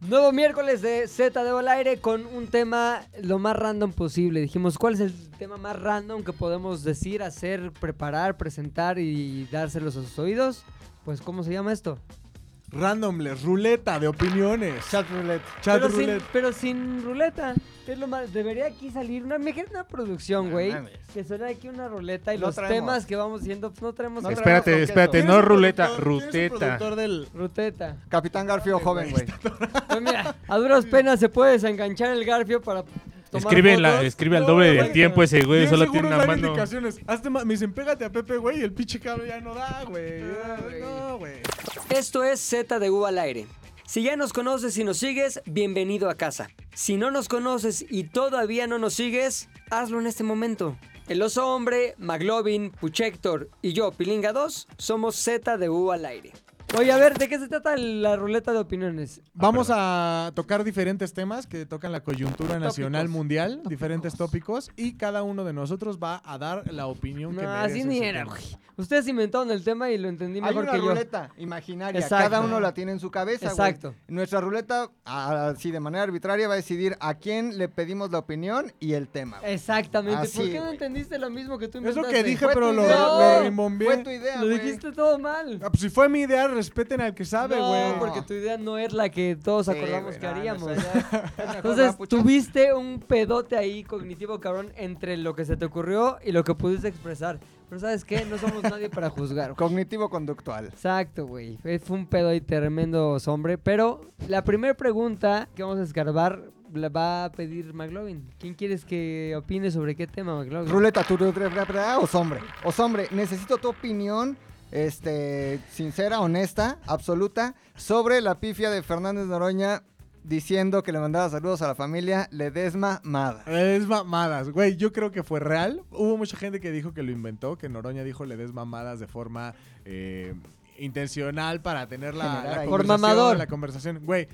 Nuevo miércoles de Z de al aire con un tema lo más random posible. Dijimos, ¿cuál es el tema más random que podemos decir, hacer, preparar, presentar y dárselos a sus oídos? Pues, ¿cómo se llama esto? Randomless, ruleta de opiniones. Chat roulette. Chat pero, roulette. Sin, pero sin ruleta. Es lo más, debería aquí salir una, imagínate una producción, No güey. mames. que suena aquí una ruleta y No los traemos. temas que vamos haciendo, pues, no traemos No otra traemos. Espérate, queso. espérate, ¿Quién es no el productor- ruleta, quién es el ruteta. productor del- ruteta. Capitán Garfio joven, güey. Pues mira, a duras penas se puede desenganchar el garfio para tomar Escribe, la- fotos. escribe al No, doble güey. del tiempo ese güey, Bien solo seguro tiene una dan mano. indicaciones. Hazte ma- me dicen, pégate a Pepe, güey, y el pinche cable ya no da, güey. Ah, güey. No, güey. Esto es Z de U al aire. Si ya nos conoces y nos sigues, bienvenido a casa. Si no nos conoces y todavía no nos sigues, hazlo en este momento. El oso hombre, Maglovin, Puchector y yo, Pilinga 2, somos Z de U al aire. Oye, a ver, ¿de qué se trata la ruleta de opiniones? Vamos a tocar diferentes temas que tocan la coyuntura nacional mundial, diferentes tópicos, y cada uno de nosotros va a dar la opinión que No, merece. así ese ni era, tema. güey. Ustedes inventaron el tema y lo entendí Hay mejor una que yo. ruleta imaginaria. Exacto. Cada uno la tiene en su cabeza, güey. Exacto. Nuestra ruleta, a- así de manera arbitraria, va a decidir a quién le pedimos la opinión y el tema. Eh, güey. Exactamente. Así, ¿Por qué no güey. entendiste lo mismo que tú Es lo inventaste? que dije, Fue pero tu lo, idea, lo güey. rimbombé. Fue tu idea, Lo güey. dijiste todo mal. Ah, pues si fue mi idea, respeten al que sabe, güey. No, porque tu idea no es la que todos Sí, acordamos güey, que no, no, haríamos. esa idea es mejor, Entonces, ¿verdad, Pucho? tuviste un pedote ahí cognitivo, cabrón, entre lo que se te ocurrió y lo que pudiste expresar. Pero ¿sabes qué? No somos nadie para juzgar. güey. Cognitivo-conductual. Exacto, güey. Eh, Fue fue un pedo ahí tremendo, hombre. Pero la primera pregunta que vamos a escarbar la va a pedir McLovin. ¿Quién quieres que opine sobre qué tema, McLovin? Ruleta, tu ruleta, osombre. Osombre, necesito tu opinión, este, sincera, honesta, absoluta, sobre la pifia de Fernández Noroña diciendo que le mandaba saludos a la familia Ledesma Mada. Es mamadas, güey. Yo creo que fue real. Hubo mucha gente que dijo que lo inventó, que Noroña dijo le des mamadas de forma eh, intencional para tener la, Generar la ahí. Por conversación, mamador. la conversación. Güey,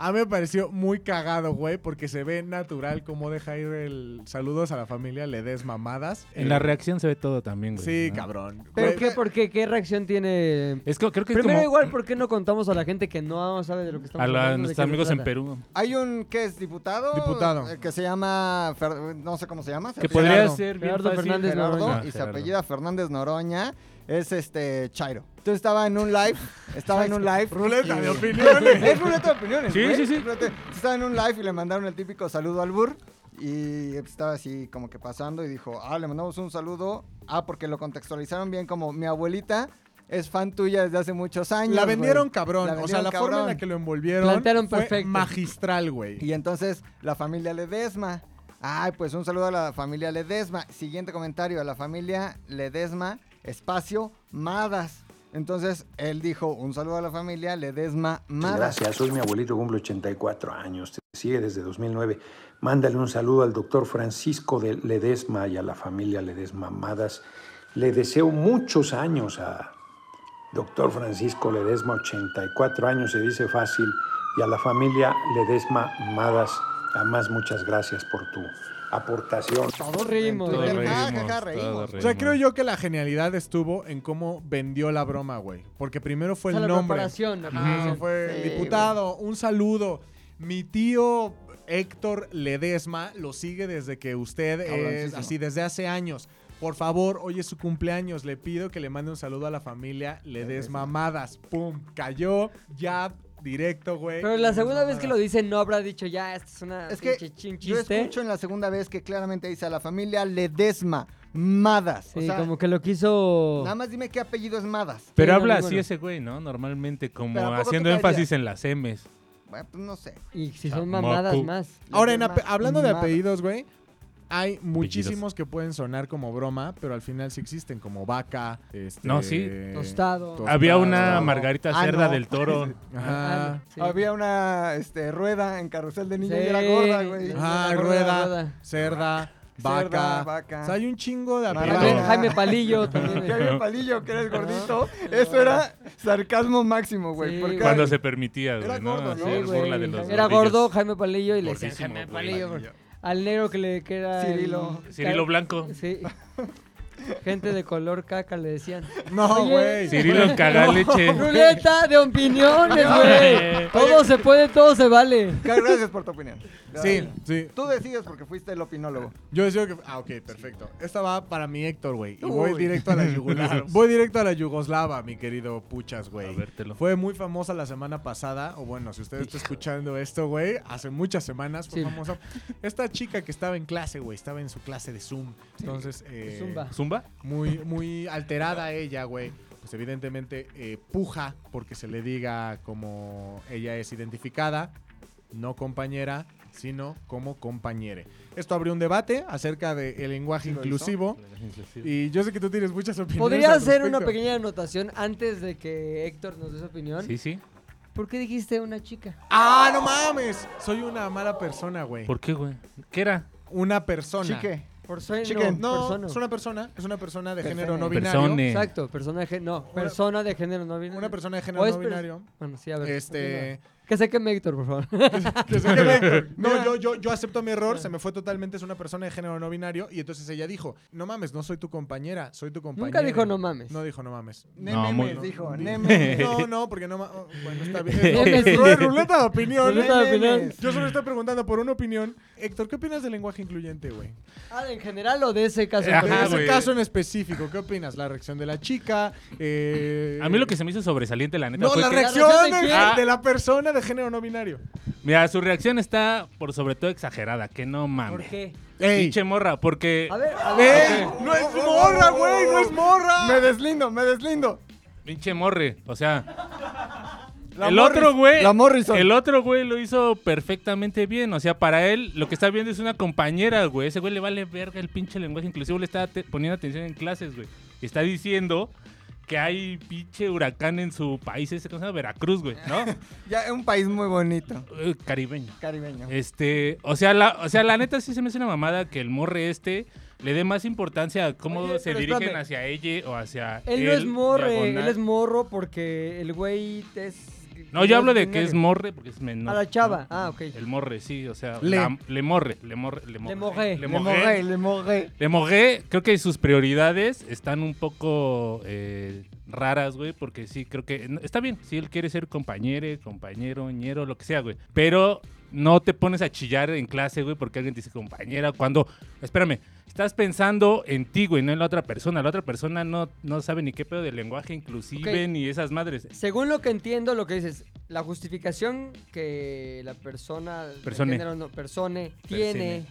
a mí me pareció muy cagado, güey, porque se ve natural cómo deja ir el saludos a la familia le des mamadas. En Eh, la reacción se ve todo también, güey. Sí, ¿no? cabrón. ¿Pero Güey, qué, por qué? ¿Qué reacción tiene? Es que creo que es Primero como igual, ¿por qué no contamos a la gente que no sabe de lo que estamos a la- hablando? de nuestros qué se amigos en trata? Perú. Hay un que es diputado. Diputado. eh, Que se llama. Fer- no sé cómo se llama. se Que apellida podría Gerardo. ser bien Gerardo fácil. Fernández Gerardo Noroña. Ah, y se Gerardo. apellida Fernández Noroña. Es este Chairo. Entonces estaba en un live. Estaba en un live. Ruleta y- de opiniones. Es ruleta de opiniones. Sí, güey, sí, sí. es ruleta- Estaba en un live y le mandaron el típico saludo al Bur. Y estaba así como que pasando y dijo, ah, le mandamos un saludo. Ah, porque lo contextualizaron bien como mi abuelita es fan tuya desde hace muchos años. La güey". vendieron cabrón. La o sea, vendieron la forma en la cabrón. que lo envolvieron Plantearon fue perfecto. magistral, güey. Y entonces la familia Ledesma. Ay, pues un saludo a la familia Ledesma. Siguiente comentario, a la familia Ledesma, espacio, Madas. Entonces él dijo, un saludo a la familia Ledesma, Madas. Gracias, soy mi abuelito, cumple 84 años, te sigue desde 2009. Mándale un saludo al doctor Francisco de Ledesma y a la familia Ledesma Madas. Le deseo muchos años a doctor Francisco Ledesma, 84 años, se dice fácil, y a la familia Ledesma Madas. Además, muchas gracias por tu aportación. Todos reímos. Todos Ja, ja, ja, reímos, todos reímos. O sea, reímos. creo yo que la genialidad estuvo en cómo vendió la broma, güey. Porque primero O fue sea, el la nombre. preparación, la Ajá, preparación. fue Sí, diputado, un saludo. Mi tío Héctor Ledesma lo sigue desde que usted es Cabroncísimo. así, desde hace años. Por favor, hoy es su cumpleaños. Le pido que le mande un saludo a la familia Ledesma Madas. Pum, cayó, ya directo, güey. Pero la segunda Ledesma vez que Madas. lo dice no habrá dicho ya, esto es una Es que pinche chin Yo chiste. escucho en la segunda vez que claramente dice a la familia Ledesma, Madas. Sí, o sea, como que lo quiso... nada más dime qué apellido es Madas. Pero Sí, habla no, así ninguno. ese güey, ¿no? Normalmente Pero ¿a como poco tú haciendo caerías? énfasis en las M's. Bueno, pues no sé. Y si son Chamoco. mamadas más. Ahora, en ape- Ledesma, hablando de Madas. apellidos, güey, hay muchísimos que pueden sonar como broma, pero al final sí existen, como vaca, este, No, sí. Tostado. Tostado. Había una Tostado. Margarita Ah, Cerda no. del Toro. Ajá. Ah, sí. Había una este, rueda en carrusel de niños Sí. y era gorda, güey. Ajá, Gorda, rueda, rueda. cerda, vaca. Cerda, vaca. O sea, hay un chingo de Marrano. Jaime, Claro. Jaime Palillo apellidos. también. Que había palillo, que eres gordito. Eso era sarcasmo máximo, güey. Sí, porque güey. Cuando se permitía, Era güey, ¿no? gordo, Así, ¿no? Sí, el güey. burla de los Era gordillos. gordo Jaime Palillo y le decían Gordísimo, Jaime güey. Palillo. Al negro que le queda. Cirilo. Cirilo Blanco. Sí. Gente de color caca le decían. No, Oye. güey. Cirilo Cagaleche. Ruleta de opiniones, güey. Todo se puede, todo se vale. Car, Gracias por tu opinión. Sí, sí. Tú decides porque fuiste el opinólogo. Yo decía que. Ah, ok, perfecto. Esta va para mi Héctor, güey. Y voy Uy. directo a la yugular. voy directo a la Yugoslava, mi querido Puchas, güey. A vértelo. Fue muy famosa la semana pasada. O bueno, si usted está escuchando esto, güey, hace muchas semanas fue Sí. famosa. Esta chica que estaba en clase, güey, estaba en su clase de Zoom. Entonces. eh, Zumba. ¿Zumba? muy, muy alterada ella, güey. Pues evidentemente eh, puja porque se le diga como ella es identificada, no compañera, sino como compañere. Esto abrió un debate acerca del lenguaje inclusivo. Y yo sé que tú tienes muchas opiniones. ¿Podría al hacer una respecto. pequeña anotación antes de que Héctor nos dé su opinión? Sí, sí. ¿Por qué dijiste una chica? ¡Ah, no mames! Soy una mala persona, güey. ¿Por qué, güey? ¿Qué era? Una persona. Chique. Por suena, Chicken. No, persona. es una persona. Es una persona de Persona. género no binario. Persone. Exacto, persona de género. No, persona de género no binario. Una persona de O género es no per- binario. Bueno, sí, a ver. Este. opina. Que se queme Héctor, por favor. Que se quede. No, yo, yo, yo acepto mi error, se me fue totalmente, es una persona de género no binario. Y entonces ella dijo, no mames, no soy tu compañera, soy tu compañera. Nunca dijo no mames. No dijo no mames. Nememes, muy- dijo. no, Nememes. No, no, porque no ma- oh, Bueno, está bien. Nememes. Rue- Ruleta de opinión. Ruleta de Nememes. opinión. Yo solo estoy preguntando por una opinión. Héctor, ¿qué opinas del lenguaje incluyente, güey? Ah, ¿en general o de ese caso? en Ajá, En particular? ese güey. caso en específico, ¿qué opinas? La reacción de la chica. Eh, A mí lo que se me hizo sobresaliente, la neta, No, fue la que... reacción ¿La reacción de de, quién? de la persona de género no binario. Mira, su reacción está por sobre todo exagerada, que no ¿Por mames. qué? Ey, Pinche morra, porque... A ver, a ¡Ey! ver. ok. Eh, ¡No es morra, güey! ¡No es morra! Me deslindo, me deslindo. Pinche morre, o sea... La el Morris- otro güey... la Morrison. El otro güey lo hizo perfectamente bien, o sea, para él lo que está viendo es una compañera, güey. Ese güey le vale verga el pinche lenguaje, inclusive le está te- poniendo atención en clases, güey. Y Está diciendo que hay pinche huracán en su país, ese que se llama Veracruz, güey, ¿no? Ya es un país muy bonito. Eh, Caribeño. Caribeño. Este, o sea, la, o sea, la neta sí se me hace una mamada que el morre este le dé más importancia a cómo Oye, se pero dirigen espérame. hacia ella o hacia Él no es morre, diagonal. él es morro porque el güey es... No, yo hablo de que binario. es morre porque es menor. A la chava. ¿no? Ah, ok. El morre, sí, o sea, Le. la- le morre, le morre, le morre. morré. Le Le Le morré. mojé, le mojé. Le mojé, creo que sus prioridades están un poco eh, raras, güey, porque sí, creo que no, está bien, si él quiere ser compañero, compañero, ñero, lo que sea, güey, pero no te pones a chillar en clase, güey, porque alguien te dice compañera, cuando, espérame, estás pensando en ti, güey, no en la otra persona, la otra persona no, no sabe ni qué pedo de lenguaje inclusive, Ok. ni esas madres. Según lo que entiendo, lo que dices, la justificación que la persona, de Persone. género no, persone tiene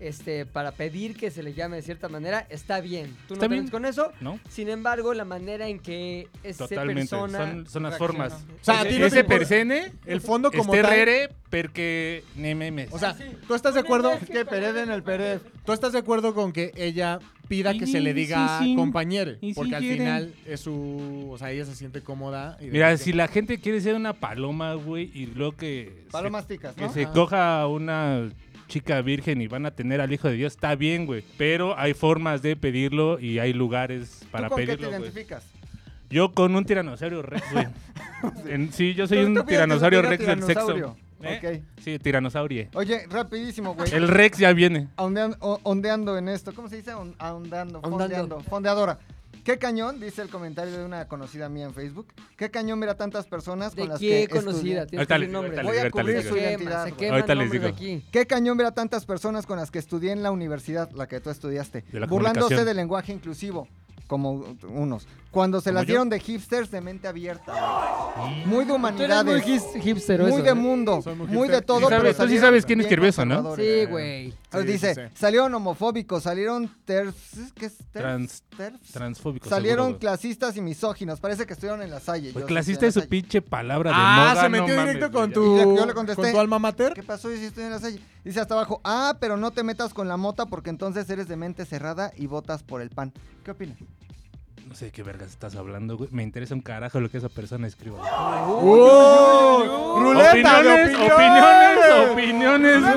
este, para pedir que se le llame de cierta manera está bien. Tú no Está te bien. metes con eso. ¿No? Sin embargo, la manera en que esa Totalmente, persona. son, son las reacciona. formas. O sea, a ti no te Ese importa- persene, El fondo como este tal- rere, porque ni memes. O sea, ¿tú estás de acuerdo? Es que Pérez en el Pérez. ¿Tú estás de acuerdo con que ella pida que Y se le sí, diga sí. compañero? Y sí Porque al quieren. final es su. O sea, ella se siente cómoda. y de Mira, repente- si la gente quiere ser una paloma, güey, y luego que, Palomas ticas, se, que ¿no? se coja a una chica virgen y van a tener al Hijo de Dios, está bien, güey. Pero hay formas de pedirlo y hay lugares para ¿Tú con qué te pedirlo, güey. identificas? Yo con un tiranosaurio rex, güey. En- sí, yo soy Tú- tú un piensas tiranosaurio que rex era del sexo. tiranosaurio. ¿Eh? Sí, tiranosaurio. Ok. Oye, rapidísimo, güey. El rex ya viene. Ondean- o- ondeando en esto. ¿Cómo se dice? On- ahondando, Ondando. fondeando, fondeadora. ¿Qué cañón? Dice el comentario de una conocida mía en Facebook. ¿Qué cañón ver a tantas personas ¿De con las qué que estudié? conocida? Tienes Ahorita que decir les digo, nombre. Voy ahorita a les digo, cubrir ahorita Se les su digo. quema, identidad, se güey. queman Ahorita les nombres digo. aquí. Qué cañón ver a tantas personas con las que estudié en la universidad, la que tú estudiaste, De la burlándose comunicación. del lenguaje inclusivo, como unos. Cuando se ¿Como las yo? dieron de hipsters de mente abierta. güey. Muy Tú de eres muy humanidades. hipster, hipster muy eso, de ¿eh? mundo, Soy muy muy hipster. de todo. Sí sabes- pero tú sí salieron sabes quién bien escribió eso, ¿no? conservadores. Sí, güey. Sí, sí, Ah, dice, sí. salieron homofóbicos, salieron terfs, ¿qué es terfs? Trans- Terfs. Transfóbico. salieron seguro, güey. clasistas y misóginos, parece que estuvieron en la salle. Güey, yo clasista es sí su estoy en pinche palabra de Ah, moda, se no metió mames, directo güey, con ya. tu. Y yo- yo le contesté. Con tu alma la salle. mater. ¿Qué pasó? Yo sí estoy en la salle. Dice hasta abajo, ah, pero no te metas con la mota porque entonces eres de mente cerrada y votas por el pan. ¿Qué opinas? No sé de qué vergas estás hablando, güey. Me interesa un carajo lo que esa persona escriba. ¡Ruleta de opiniones, opiniones, opiniones,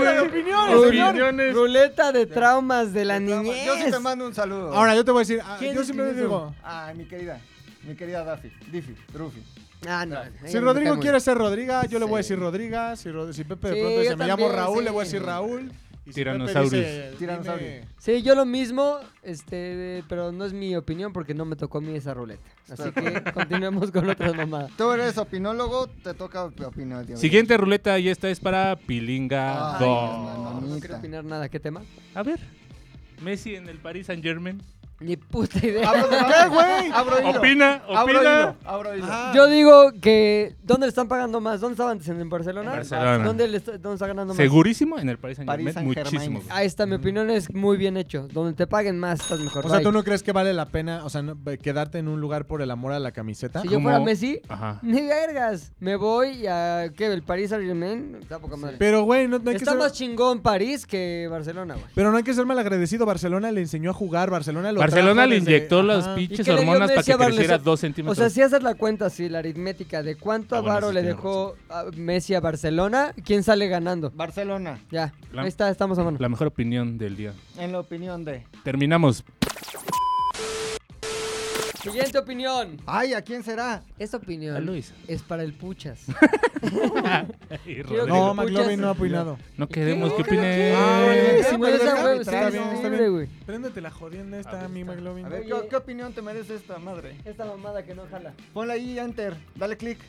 güey. Opiniones. Ruleta de traumas de la niñez. Yo sí te mando un saludo. Ahora, yo te voy a decir. ah, ¿Quién Yo siempre escribió digo. Ay, mi querida, mi querida Daffy, Diffy, Druffy. Ah, no. Si ella me cae Rodrigo muy quiere ser Rodriga, yo le voy a Sí. decir Rodriga. Si, Rod- si Pepe de Sí, pronto dice, yo me llamo también, Raúl, sí. le voy a decir Raúl. Y si Tiranosaurus. Pepe dice, dime- Tiranosaurio. Sí, yo lo mismo, este, pero no es mi opinión porque no me tocó a mí esa ruleta. Así que continuemos con otras mamadas. Tú eres opinólogo, te toca opinar. Diego. Siguiente ruleta y esta es para Pilinga Ay, 2. No, no Mamita. quiero opinar nada, ¿qué tema? A ver. Messi en el Paris Saint Germain. Ni puta idea. Abro- ¿Qué, güey? Abro hilo. Opina, Abro opina. hilo. Abro hilo. Ah, Yo digo que ¿dónde le están pagando más? ¿Dónde estaba antes? ¿En Barcelona? En Barcelona. ¿Dónde, le está, dónde está ganando más? Segurísimo en el Paris Saint Paris Germain. Saint-Germain. Muchísimo. güey. Ahí está, mi opinión es muy bien hecho. Donde te paguen más, estás mejor. O sea, Bye. ¿tú no crees que vale la pena, o sea, no- quedarte en un lugar por el amor a la camiseta? Si yo ¿Cómo? fuera Messi, Ajá. ni vergas. Me voy a, ¿qué? ¿El París Saint Germain? Está poca madre. Pero, güey, no, no hay que Está ser... más chingón París que Barcelona, güey. Pero no hay que ser malagradecido. Barcelona le enseñó a jugar. Barcelona lo Barcelona trajo le desde- inyectó las Ajá. ¿Y pinches qué le dio hormonas para Messi que a Barles- creciera dos O centímetros. sea, si haces la cuenta así, la aritmética de cuánto Ah, bueno, avaro sí le tienes dejó a Messi a Barcelona, ¿quién sale ganando? Barcelona, Ya, La- ahí está, estamos a mano. La mejor opinión del día. en la opinión de. Terminamos. Siguiente opinión. Ay, ¿a quién será? Esta A opinión Luis. es para el Puchas. Ay, Quiero- Rodrigo. No, McLovin no ha opinado. No queremos que ¿Qué? ¿Qué? opine. Ah, bueno, Si ya, no pero es ya, a huevo, está sí, bien, sí, está sí, bien. güey. Préndete la jodienda esta, mi McLovin. A ver, Oye. ¿qué, qué opinión te merece esta madre? Esta mamada que no jala. Ponle ahí enter, dale clic,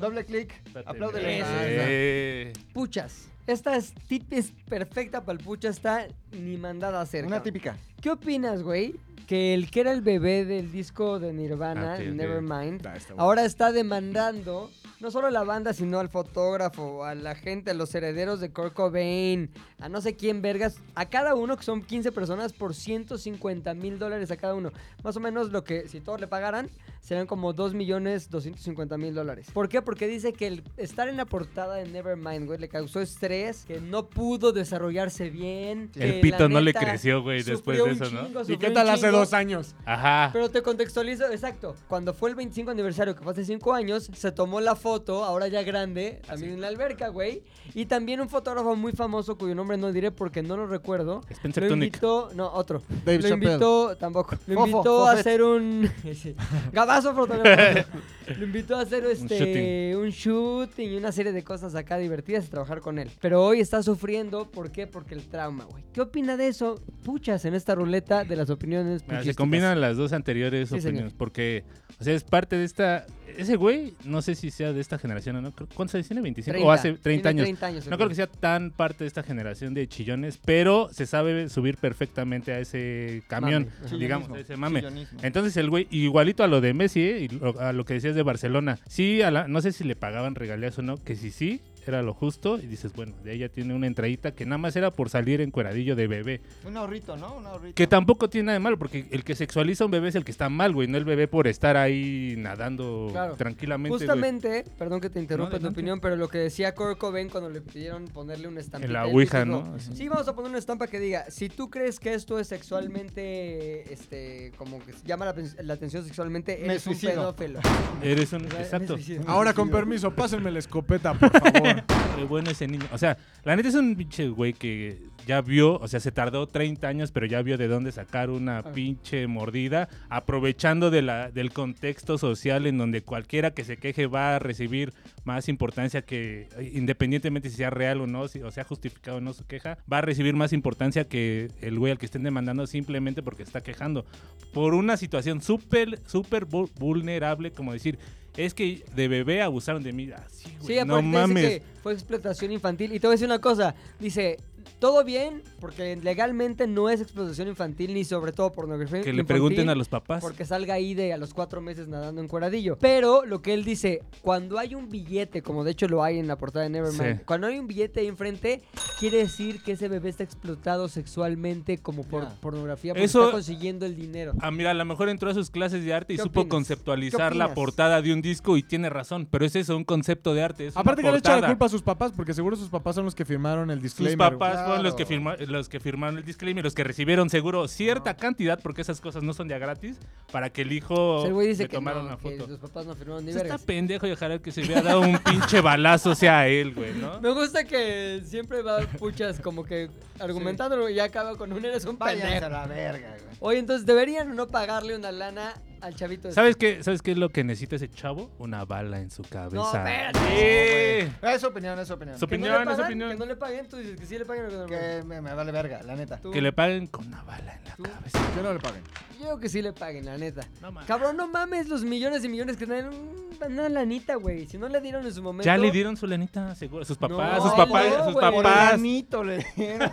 doble clic, apláudele. Ah, Eh, Puchas. Esta es, tip es perfecta para el Puchas, está ni mandada a hacer. Una cabrón. típica. ¿Qué opinas, güey? Que el que era el bebé del disco de Nirvana, Ah, ok, ok. Nevermind, Ah, está bueno. ahora está demandando no solo a la banda, sino al fotógrafo, a la gente, a los herederos de Kurt Cobain, a no sé quién vergas, a cada uno, que son 15 personas, por 150 mil dólares a cada uno. Más o menos lo que, si todos le pagaran, serían como 2 millones 250 mil dólares. ¿Por qué? Porque dice que el estar en la portada de Nevermind, güey, le causó estrés, que no pudo desarrollarse bien. El que la pito no le neta creció, güey, después sufrió de un eso, ¿no? chingo, ¿Y sufrió qué un tal hace chingo. dos años? Ajá. Pero te contextualizo, exacto. Cuando fue el 25 aniversario, que fue hace 5 años, se tomó la foto, ahora ya grande, también en la alberca, güey. Y también un fotógrafo muy famoso, cuyo nombre no diré porque no lo recuerdo. Spencer Lo Tunic. invitó, no, otro. Dave lo Chappelle. invitó, tampoco. Lo Fofo, invitó a Fofet. hacer un. sí. Gabazo fotógrafo. lo invitó a hacer este, un, shooting. y una serie de cosas acá divertidas y trabajar con él. Pero hoy está sufriendo, ¿por qué? Porque el trauma, güey. ¿Qué opina de eso? Puchas en esta ruleta de las opiniones. Mira, se puchísticas. combinan las dos anteriores Sí, señor. opiniones. Porque, o sea, es parte de esta. Ese güey, no sé si sea de esta generación o no. creo- ¿Cuántos años tiene? ¿25? 30. O hace Tiene 30 años. 30 años. No creo que sea tan parte de esta generación de chillones, pero se sabe subir perfectamente a ese camión, Mame, ajá. digamos, Chillonismo, a ese mame. chillonismo. Entonces el güey, igualito a lo de Messi, ¿eh? y lo- a lo que decías de Barcelona, sí, a la- no sé si le pagaban regalías o no, que si sí, era lo justo, y dices, bueno, de ella tiene una entradita que nada más era por salir en cueradillo de bebé, Un ahorrito, ¿no? Un ahorrito. que tampoco tiene nada de malo, porque el que sexualiza a un bebé es el que está mal, güey, no el bebé por estar ahí nadando Claro. tranquilamente. güey. Justamente, perdón que te interrumpa tu adelante. opinión, pero lo que decía Kurt Cobain cuando le pidieron ponerle una estampa. En la ouija, ¿no? Así. Sí, vamos a poner una estampa que diga, si tú crees que esto es sexualmente, este, como que llama la, aten- la atención sexualmente, Me eres un suicido. pedófilo. Eres un... O sea, Exacto. me suicido. Ahora, con permiso, pásenme la escopeta, por favor. Qué bueno ese niño. O sea, la neta es un pinche güey que ya vio, o sea, se tardó 30 años, pero ya vio de dónde sacar una Ah. pinche mordida, aprovechando de la, del contexto social en donde cualquiera que se queje va a recibir más importancia que, independientemente si sea real o no, si- o sea justificado o no su queja, va a recibir más importancia que el güey al que estén demandando simplemente porque está quejando. Por una situación súper, súper vu- vulnerable, como decir, es que de bebé abusaron de mí. Ah, sí, güey, Sí, no aparte mames. dice que fue explotación infantil. Y te voy a decir una cosa, dice, todo bien, porque legalmente no es explotación infantil ni sobre todo pornografía Que le pregunten Eh, infantil. a los papás. Porque salga ahí de a los cuatro meses nadando en cueradillo. Pero lo que él dice, cuando hay un billete, como de hecho lo hay en la portada de Nevermind, Sí. cuando hay un billete ahí enfrente, quiere decir que ese bebé está explotado sexualmente como por Ya. pornografía, porque Eso- está consiguiendo el dinero. Ah, mira, a lo mejor entró a sus clases de arte y ¿Qué supo opinas? conceptualizar ¿Qué la opinas? portada de un disco y tiene razón, pero es eso, un concepto de arte. es una Aparte que le echa la portada. culpa a sus papás, porque seguro sus papás son los que firmaron el Sus disclaimer. papás güey. fueron los que, Claro. firma- los que firmaron el disclaimer, los que recibieron seguro cierta cantidad, porque esas cosas no son ya gratis, para que el hijo O sea, el güey dice le que, tomara no, una que foto. sus papás no firmaron ni O sea, vergas. está pendejo y ojalá que se hubiera dado un pinche balazo sea él, güey, ¿no? Me gusta que siempre va puchas como que argumentándolo y ya acaba con un eres un Váyanse pendejo. a la verga, güey. Oye, entonces, ¿deberían o no pagarle una lana al chavito. este. ¿Sabes qué, ¿Sabes qué es lo que necesita ese chavo? Una bala en su cabeza. espérate. Sí. Es opinión, es opinión. Su Que no le opinión, es pagan, opinión. Que no le paguen, tú dices que sí le paguen. o que no le paguen. Que me, me vale verga, la neta. Tú. Que le paguen con una bala en la Tú. cabeza. Que no le paguen. Yo creo que sí le paguen, la neta. No mames. Cabrón, no mames los millones y millones que traen. mm, Una lanita, güey. Si no le dieron en su momento. Ya le dieron su lanita, seguro. Sus papás, No, sus papás, no, sus güey. Por papás. lanito le dieron.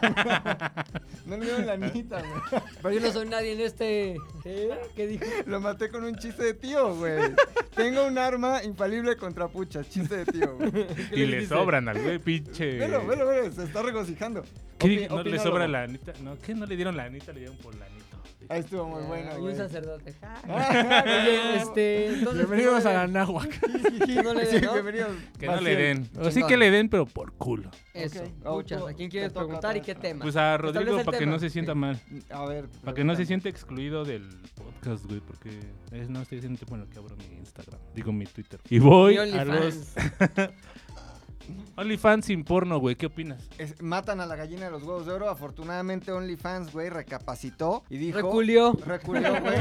No le dieron lanita, güey. Pero yo no soy nadie en este. ¿Eh? ¿Qué dijo? Lo maté con un chiste de tío, güey. Tengo un arma infalible contra puchas. Chiste de tío, güey. Y le sobran al güey, pinche. Velo, velo, velo. Se está regocijando. ¿Qué Opi- di- no le opinólogo. sobra la anita? No, ¿qué? No le dieron la anita, le dieron por la anita. Ahí estuvo muy bueno, Ah, güey. Un sacerdote. Ah, Ah, Oye, este. Entonces, Bienvenidos ¿qué a no le- la Nahuac. Que no le Sí, den, ¿no? bienvenidos. Que no le Maciel. den. O sí Chingón. que le den, pero por culo. Eso. Ok. Escuchas, ¿a quién quieres Te toca preguntar y otra qué vez. tema? Pues a Establece Rodrigo el para que tema. no se sienta mal. A ver. Para que no se pregúntame. sienta excluido del podcast, güey, porque es- no estoy haciendo tiempo en lo que abro mi Instagram. Digo, mi Twitter. Y voy Mi a los... OnlyFans. OnlyFans sin porno, güey. ¿Qué opinas? Es- matan a la gallina de los huevos de oro. Afortunadamente, OnlyFans, güey, recapacitó y dijo. Reculio. Reculio, güey.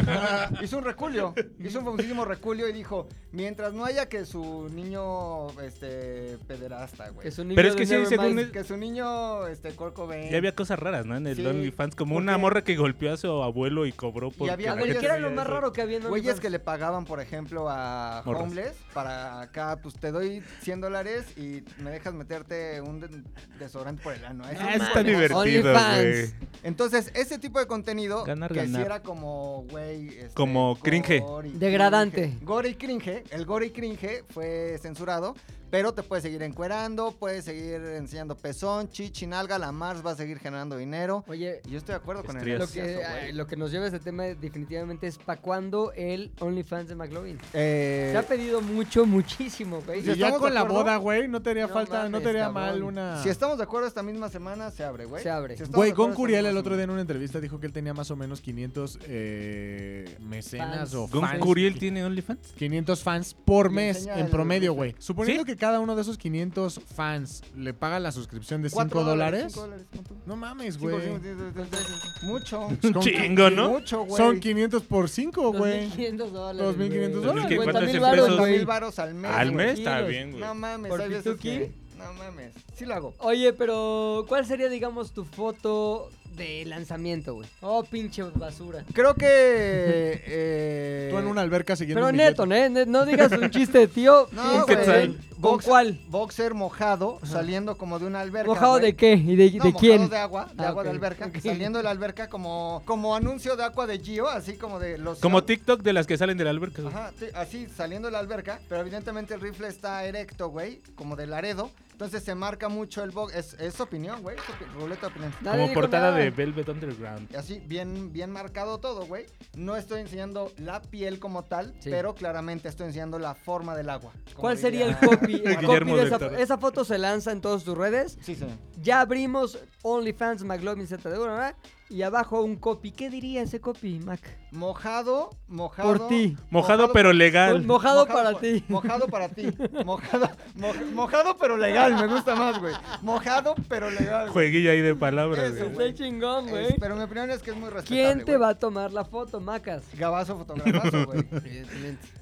hizo un reculio. Hizo un famosísimo reculio y dijo: Mientras no haya que su niño, este, pederasta, güey. Que Que es un su, niño Pero es de que sí, Nevermind. según es- niño, este, Corco Ben. Ya había cosas raras, ¿no? En el Sí, OnlyFans, como porque- una morra que golpeó a su abuelo y cobró por. Pues había Ah, güeyes- güey, ¿Qué era lo más raro que había en Güeyes OnlyFans? que le pagaban, por ejemplo, a Morras. homeless para acá, pues te doy 100 dólares y me dejas meterte un de- desodorante por el ano. Eso Ah, es eso está mamón. divertido, güey. OnlyFans. Entonces, ese tipo de contenido Ganar, que sí ganar. era como, güey, este, Como gore cringe. y Degradante. cringe. Gore y cringe. El gore y cringe fue censurado, pero te puedes seguir encuerando, puedes seguir enseñando pezón, chichi, nalga, la Mars va a seguir generando dinero. Oye, Y Yo estoy de acuerdo con Estrías. el lo Yes. que, negociazo, güey. eh, lo que nos lleva a este tema definitivamente es para cuándo el OnlyFans de McLovin. Eh, Se ha pedido mucho, muchísimo, güey. Y Sí, ya ¿Estamos de con la acuerdo? boda, güey, no te haría No falta, no mames, te haría cabrón. mal una. Si estamos de acuerdo, esta misma semana se abre, güey. Se abre. Si estamos Güey, de acuerdo, Gon esta Curiel el misma otro día semana. en una entrevista dijo que él tenía más o menos 500 eh, mecenas Fans. o ¿Gon fans. Curiel tiene OnlyFans? 500 fans por Y mes enseña en el- promedio, güey. Suponiendo ¿Sí? que cada uno de esos 500 fans le paga la suscripción de 5 Cuatro dólares. cinco dólares, pon tú. No mames, Cinco, güey. cinco, cinco, cinco, cinco, cinco. Mucho. Un chingo, ¿no? Mucho, güey. Son 500 por 5, güey. 2.500 dólares. 2,500 güey. dólares, 50 mil güey. varos, 50 güey. mil varos al mes. Al güey. mes está kilos. bien, güey. No mames, ¿Por hay veces Pituki? que... No mames. Sí lo hago. Oye, pero ¿cuál sería, digamos, tu foto de lanzamiento, güey? Oh, pinche basura. Creo que... eh, Tú en una alberca siguiendo. Pero un neto, billete. ¿eh? Ne- No digas un chiste de tío. No, Este, güey. ¿Con Boxer- cuál? Boxer mojado, saliendo como de una alberca, ¿Mojado güey. de qué? ¿Y de, No, de mojado quién? de agua, de Ah, agua de ok, alberca, ok. saliendo de la alberca como, como anuncio de agua de Gio, así como de los... Como TikTok de las que salen del alberca. güey. Ajá, sí, así saliendo de la alberca, pero evidentemente el rifle está erecto, güey, como de Laredo. Entonces se marca mucho el box. Es, es opinión, güey. es opi- Ruleta de opinión. Nadie Como dijo portada nada. de Velvet Underground. Así, bien, bien marcado todo, güey. No estoy enseñando la piel como tal, Sí. pero claramente estoy enseñando la forma del agua. como ¿Cuál sería el diría- copy? El Guillermo copy de del esa, Toro. esa foto se lanza en todas tus redes. Sí, señor. Ya abrimos OnlyFans McLovin Z de ¿verdad? Y abajo un copy. ¿Qué diría ese copy, Mac? Mojado, mojado. pues Por ti. Mojado, pero legal. Mo- Mojado para por- ti. Mojado para ti. Mojado, moj- mojado pero legal, me gusta más, güey. Mojado pero legal. güey. Jueguillo ahí de palabras, Eso, güey. güey. Está chingón, Es- güey. pero mi opinión es que es muy respetable. ¿Quién te güey. va a tomar la foto, Macas? Gabazo fotografazo, güey.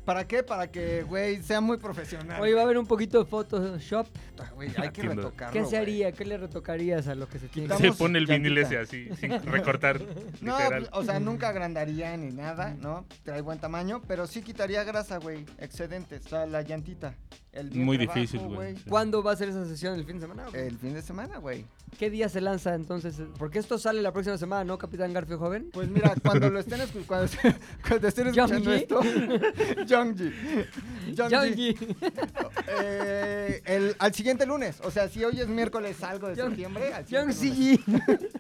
¿Para qué? Para que, güey, sea muy profesional. Hoy va a haber un poquito de Photoshop. Puta, güey, hay que Entiendo. retocarlo. ¿Qué se güey. haría? ¿Qué le retocarías a lo que se tiene? Quitamos- Se pone el llantita. vinil ese así, sin recortar. No, literal. pues, o sea, nunca agrandaría ni nada, ¿no? Trae buen tamaño, pero sí quitaría grasa, güey. Excedente, o sea, la llantita. El vientre Muy bajo, difícil, güey. ¿Cuándo va a ser esa sesión? ¿El fin de semana? güey? El fin de semana, güey. ¿Qué día se lanza entonces? Porque esto sale la próxima semana, ¿no, Capitán Garfio Joven? Pues mira, cuando lo estén, escu- cuando, se- cuando estén escuchando Youngji. esto, Youngji. Youngji. Yangi. Eh, el- al siguiente lunes, o sea, si hoy es miércoles algo de Young- septiembre, al Young siguiente lunes. CG.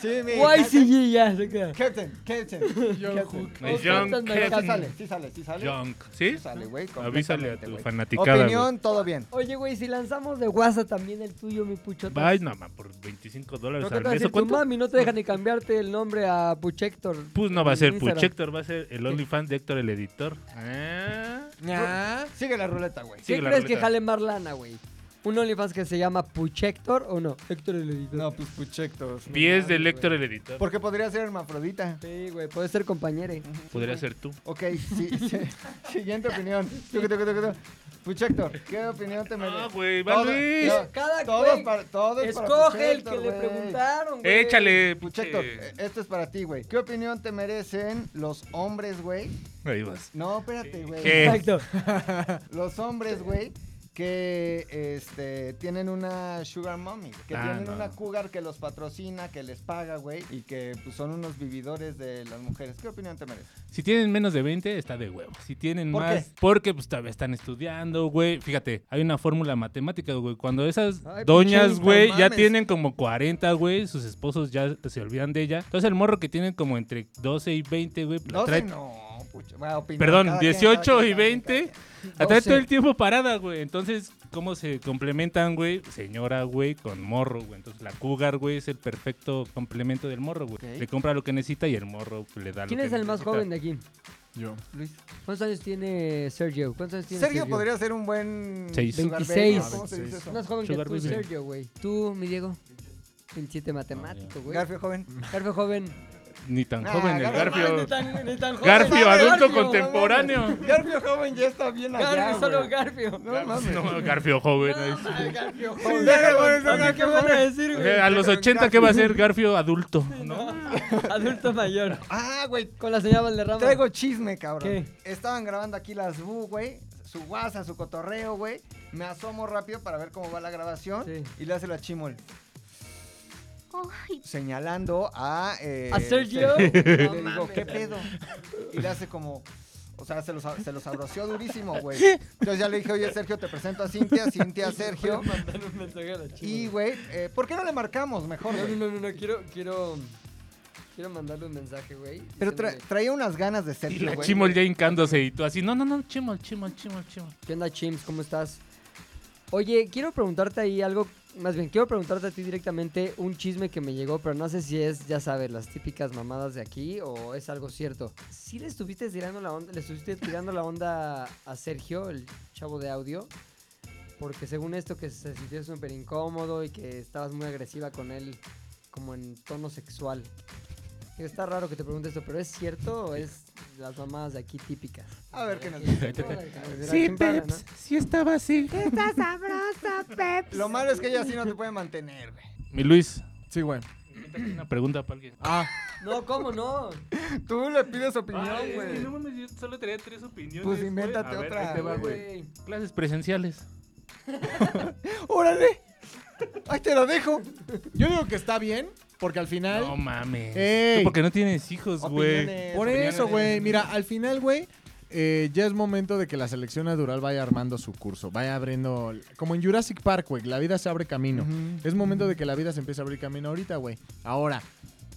Sí, mi- Guay CG, ya se queda. Captain, Captain. Captain. Es Young Captain Captain. Ya Captain. sale, sí sale, sí sale. Junk. ¿Sí? Sí sale, güey. Avísale a completamente, tu güey. fanaticada. Opinión, todo bien. Oye, güey, si lanzamos de WhatsApp también el tuyo, mi puchota. pues, Vaya, mamá, por 25 No dólares te al vas a mes. decir, ¿o tu ¿Cuánto? mami no te deja ni cambiarte el nombre a Puchector. Pues no va a en ser Instagram. Puchector, va a ser el OnlyFans de Héctor el editor. Ah. Sigue la ruleta, güey. ¿Qué Ah. Sigue la crees que ruleta. jale más lana, güey? un OnlyFans que se llama Puchector o no? Héctor el editor. No, pues puchectos. no Pies mames, del güey. Héctor el editor. Porque podría ser hermafrodita. Sí, güey, puede ser compañero. Podría ser tú. Ok, sí, sí. siguiente opinión. Tucu, tucu, tucu, tucu. Puchector, ¿qué opinión te merece? Ah, güey, va Toda- Luis. no, Cada todos güey, para, todos para Escoge el que Puchector, le güey. preguntaron, güey. Échale, Puchector, puche. esto es para ti, güey. ¿Qué opinión te merecen los hombres, güey? Ahí vas. No, espérate, güey. ¿Qué? Exacto. Los hombres, güey, que este, tienen una sugar mommy, güey, que Ah, tienen no. una cougar que los patrocina, que les paga, güey, y que pues, son unos vividores de las mujeres. ¿Qué opinión te merece? Si tienen menos de 20, está de huevo. Si tienen ¿Por más, qué? porque pues todavía están estudiando, güey. Fíjate, hay una fórmula matemática, güey. Cuando esas Ay, doñas, pinche, güey, no ya mames. tienen como 40, güey, sus esposos ya se olvidan de ella. Entonces el morro que tienen como entre 12 y 20, güey, la No trae- sé, no, pucha. Bueno, opinión, Perdón, cada quien, cada 18 quien, y cada quien, 20, cada la trae 12. todo el tiempo parada, güey. Entonces, ¿cómo se complementan, güey? Señora, güey, con morro, güey. Entonces, la cougar, güey, es el perfecto complemento del morro, güey. Ok. Le compra lo que necesita y el morro le da lo ¿Quién que es el más necesita. joven de aquí? Yo. ¿Cuántos años tiene Sergio? ¿Cuántos años quien. tiene Sergio podría ser un buen Seis. sugar baby, 26. ¿no? ¿Cómo se dice eso? Más joven Sugar que tú, baby. Sergio, güey. Tú, mi Diego. 27 matemático, güey. Garfio joven. Garfio joven. Ni tan Ah, joven, el Garfio, Garfio. tan, tan Garfio, Garfio, adulto Garfio, contemporáneo. Garfio joven ya está bien allá, Garfio, solo güey. Garfio. No mames. No, Garfio joven. ahí sí. Garfio joven. ¿Qué van a decir, Eh, güey? A los 80, ¿qué va a ser Garfio adulto? ¿no? Adulto mayor. Ah, güey, Con la señal Valderrama. Traigo chisme, cabrón. ¿Qué? Estaban grabando aquí las Bu, güey. Su WhatsApp, su cotorreo, güey. Me asomo rápido para ver cómo va la grabación. Sí. Y le hace la chimol. Señalando a. eh, ¿A Sergio? Sergio. No le digo, mames. ¿qué pedo? Y le hace como. O sea, se los, se los abroció durísimo, güey. Entonces ya le dije, oye, Sergio, te presento a Cintia, Cintia a Sergio. Mandar un mensaje a la chica. Y, güey, eh, ¿por qué no le marcamos mejor, No, güey? no, no, no, no, quiero, quiero, quiero mandarle un mensaje, güey. Pero tra- Diciéndole, traía unas ganas de Y Sergio, la güey. Chimol ya hincándose y tú así. No, no, no, Chimol, Chimol, Chimol, Chimol. ¿Qué onda, Chims? ¿Cómo estás? Oye, quiero preguntarte ahí algo, más bien, quiero preguntarte a ti directamente un chisme que me llegó, pero no sé si es, ya sabes, las típicas mamadas de aquí o es algo cierto. ¿Sí le estuviste tirando la onda, le estuviste tirando la onda a Sergio, el chavo de audio? Porque según esto que se sintió súper incómodo y que estabas muy agresiva con él, como en tono sexual. Está raro que te pregunte esto, pero ¿es cierto o es las mamadas de aquí típicas? Eh, A ver qué nos Sí, Peps. sí estaba así. Lo malo es que ella sí no te puede mantener, güey. Mi Luis, Sí, güey. una pregunta para alguien. Ah, No, ¿cómo no? Tú le pides opinión, Ay, es que güey. no mames, yo solo traía tres opiniones. Pues güey. invéntate A ver, otra, ahí te va, güey. güey. Clases presenciales. ¡Órale! ¡Ahí te lo dejo! yo digo que está bien, porque al final. No mames. Ey. Tú porque no tienes hijos, güey. Opiniones, Por opiniones. eso, güey. Mira, al final, güey, eh, ya es momento de que la selección natural vaya armando su curso. Vaya abriendo. Como en Jurassic Park, güey. La vida se abre camino. Ujú. Es momento de que la vida se empiece a abrir camino ahorita, güey. Ahora,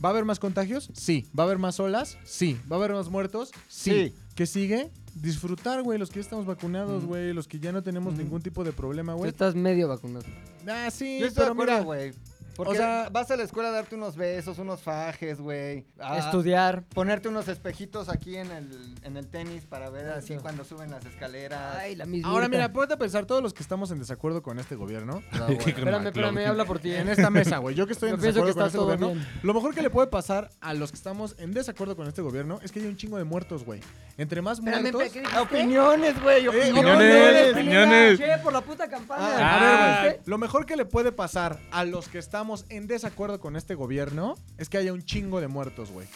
¿va a haber más contagios? Sí. ¿Va a haber más olas? Sí. ¿Va a haber más muertos? Sí. Sí. ¿Qué sigue? Disfrutar, güey, los que ya estamos vacunados, Ujú. güey, los que ya no tenemos Ujú. ningún tipo de problema, Tú güey. estás medio vacunado. Ah, sí, Yo estoy de pero mira, acuerdo, güey. Porque o sea- vas a la escuela a darte unos besos, unos fajes, güey. Ah. A Estudiar. Ponerte unos espejitos aquí en el, en el tenis para ver así cuando suben las escaleras. Ay, la misma. Ahora mira, ponte a pensar todos los que estamos en desacuerdo con este gobierno. Espérame, espérame, habla por ti. ¿eh? en esta mesa, güey. Yo que estoy en Yo pienso desacuerdo que con está este todo gobierno. bien. Lo mejor que le puede pasar a los que estamos en desacuerdo con este gobierno es que hay un chingo de muertos, güey. Entre más muertos. Opiniones, Eh, güey. opiniones, opiniones. Che, por la puta campaña. Ah, a ah. ver, ¿viste? Lo mejor que le puede pasar a los que estamos en desacuerdo con este gobierno es que haya un chingo de muertos, güey.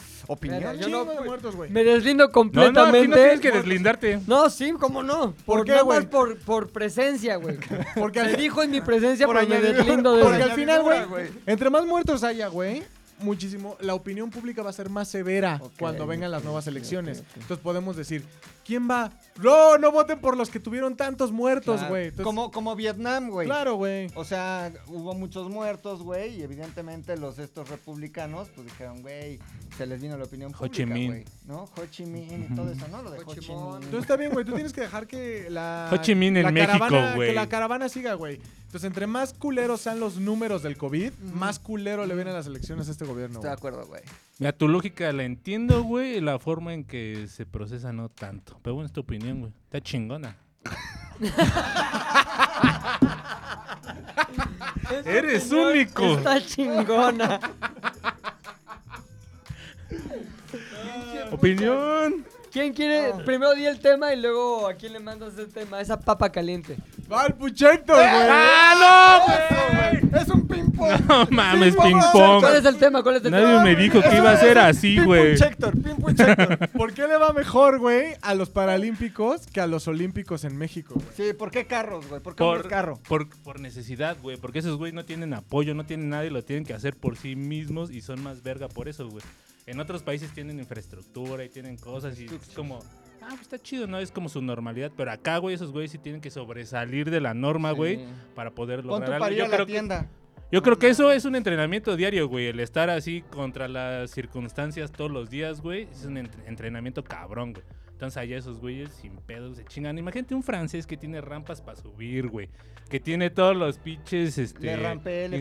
Mira, Un yo chingo no- de muertos, güey. Me deslindo No, no, aquí completamente. no tienes que deslindarte. No, sí, cómo no. ¿Por Por, qué, nada güey? más por, por presencia, güey. Porque Se al, dijo en mi presencia, por pero me añadidura- deslindo de porque eso. al final, añadidura, güey, güey. entre más muertos haya, güey, muchísimo, la opinión pública va a ser más severa Ok, cuando vengan las ok, nuevas ok, elecciones. ok, ok. Entonces podemos decir, ¿quién va? No, no voten por los que tuvieron tantos muertos, Claro. güey. Entonces, Ah, Como, como Vietnam, güey. Claro, güey. O sea, hubo muchos muertos, güey, y evidentemente los estos republicanos, pues dijeron, güey, se les vino la opinión Ho Chi pública, Minh. güey, ¿no? Ho Chi Minh y todo eso, ¿no? Lo de Ho Chi Minh. Minh. Entonces está bien, güey. Tú tienes que dejar que la. Ho Chi Minh en la México, caravana- güey. Que la caravana siga, güey. Entonces, entre más culeros sean los números del COVID, más culero le vienen las elecciones a este gobierno. Estoy de güey. acuerdo, güey. Mira, tu lógica la entiendo, güey. La forma en que se procesa no tanto. Pero bueno, es tu opinión, güey. Está chingona. Eres único. Está chingona. Opinión. ¿Quién quiere? Primero di el tema y luego a quién le mandas el tema. Esa papa caliente. ¡Va el puchento, güey! ¡Ah, Es un ping-pong. no, güey! No mames, Sí, ping vamos a pong. ¿Cuál es el tema? ¿Cuál es el Nadie tema? me dijo que iba a ser así, güey. Chector, ping-pong Chector. ¿Por qué le va mejor, güey, a los Paralímpicos que a los Olímpicos en México, güey? Sí, ¿por qué carros, güey? ¿Por qué Por, hombres carro? por, por necesidad, güey. Porque esos güey no tienen apoyo, no tienen nadie, lo tienen que hacer por sí mismos y son más verga por eso, güey. En otros países tienen infraestructura y tienen cosas y es como, ah, pues está chido, ¿no? Es como su normalidad. Pero acá, güey, esos güeyes sí tienen que sobresalir de la norma, Ah, güey, para poder Pon lograr tu algo. parir Yo a la creo que- tienda. Yo creo que eso es un entrenamiento diario, güey. El estar así contra las circunstancias todos los días, güey, es un entre- entrenamiento cabrón, güey. Entonces allá esos güeyes sin pedos se chingan. Imagínate un francés que tiene rampas para subir, güey. Que tiene todos los pinches este, Le rampé, le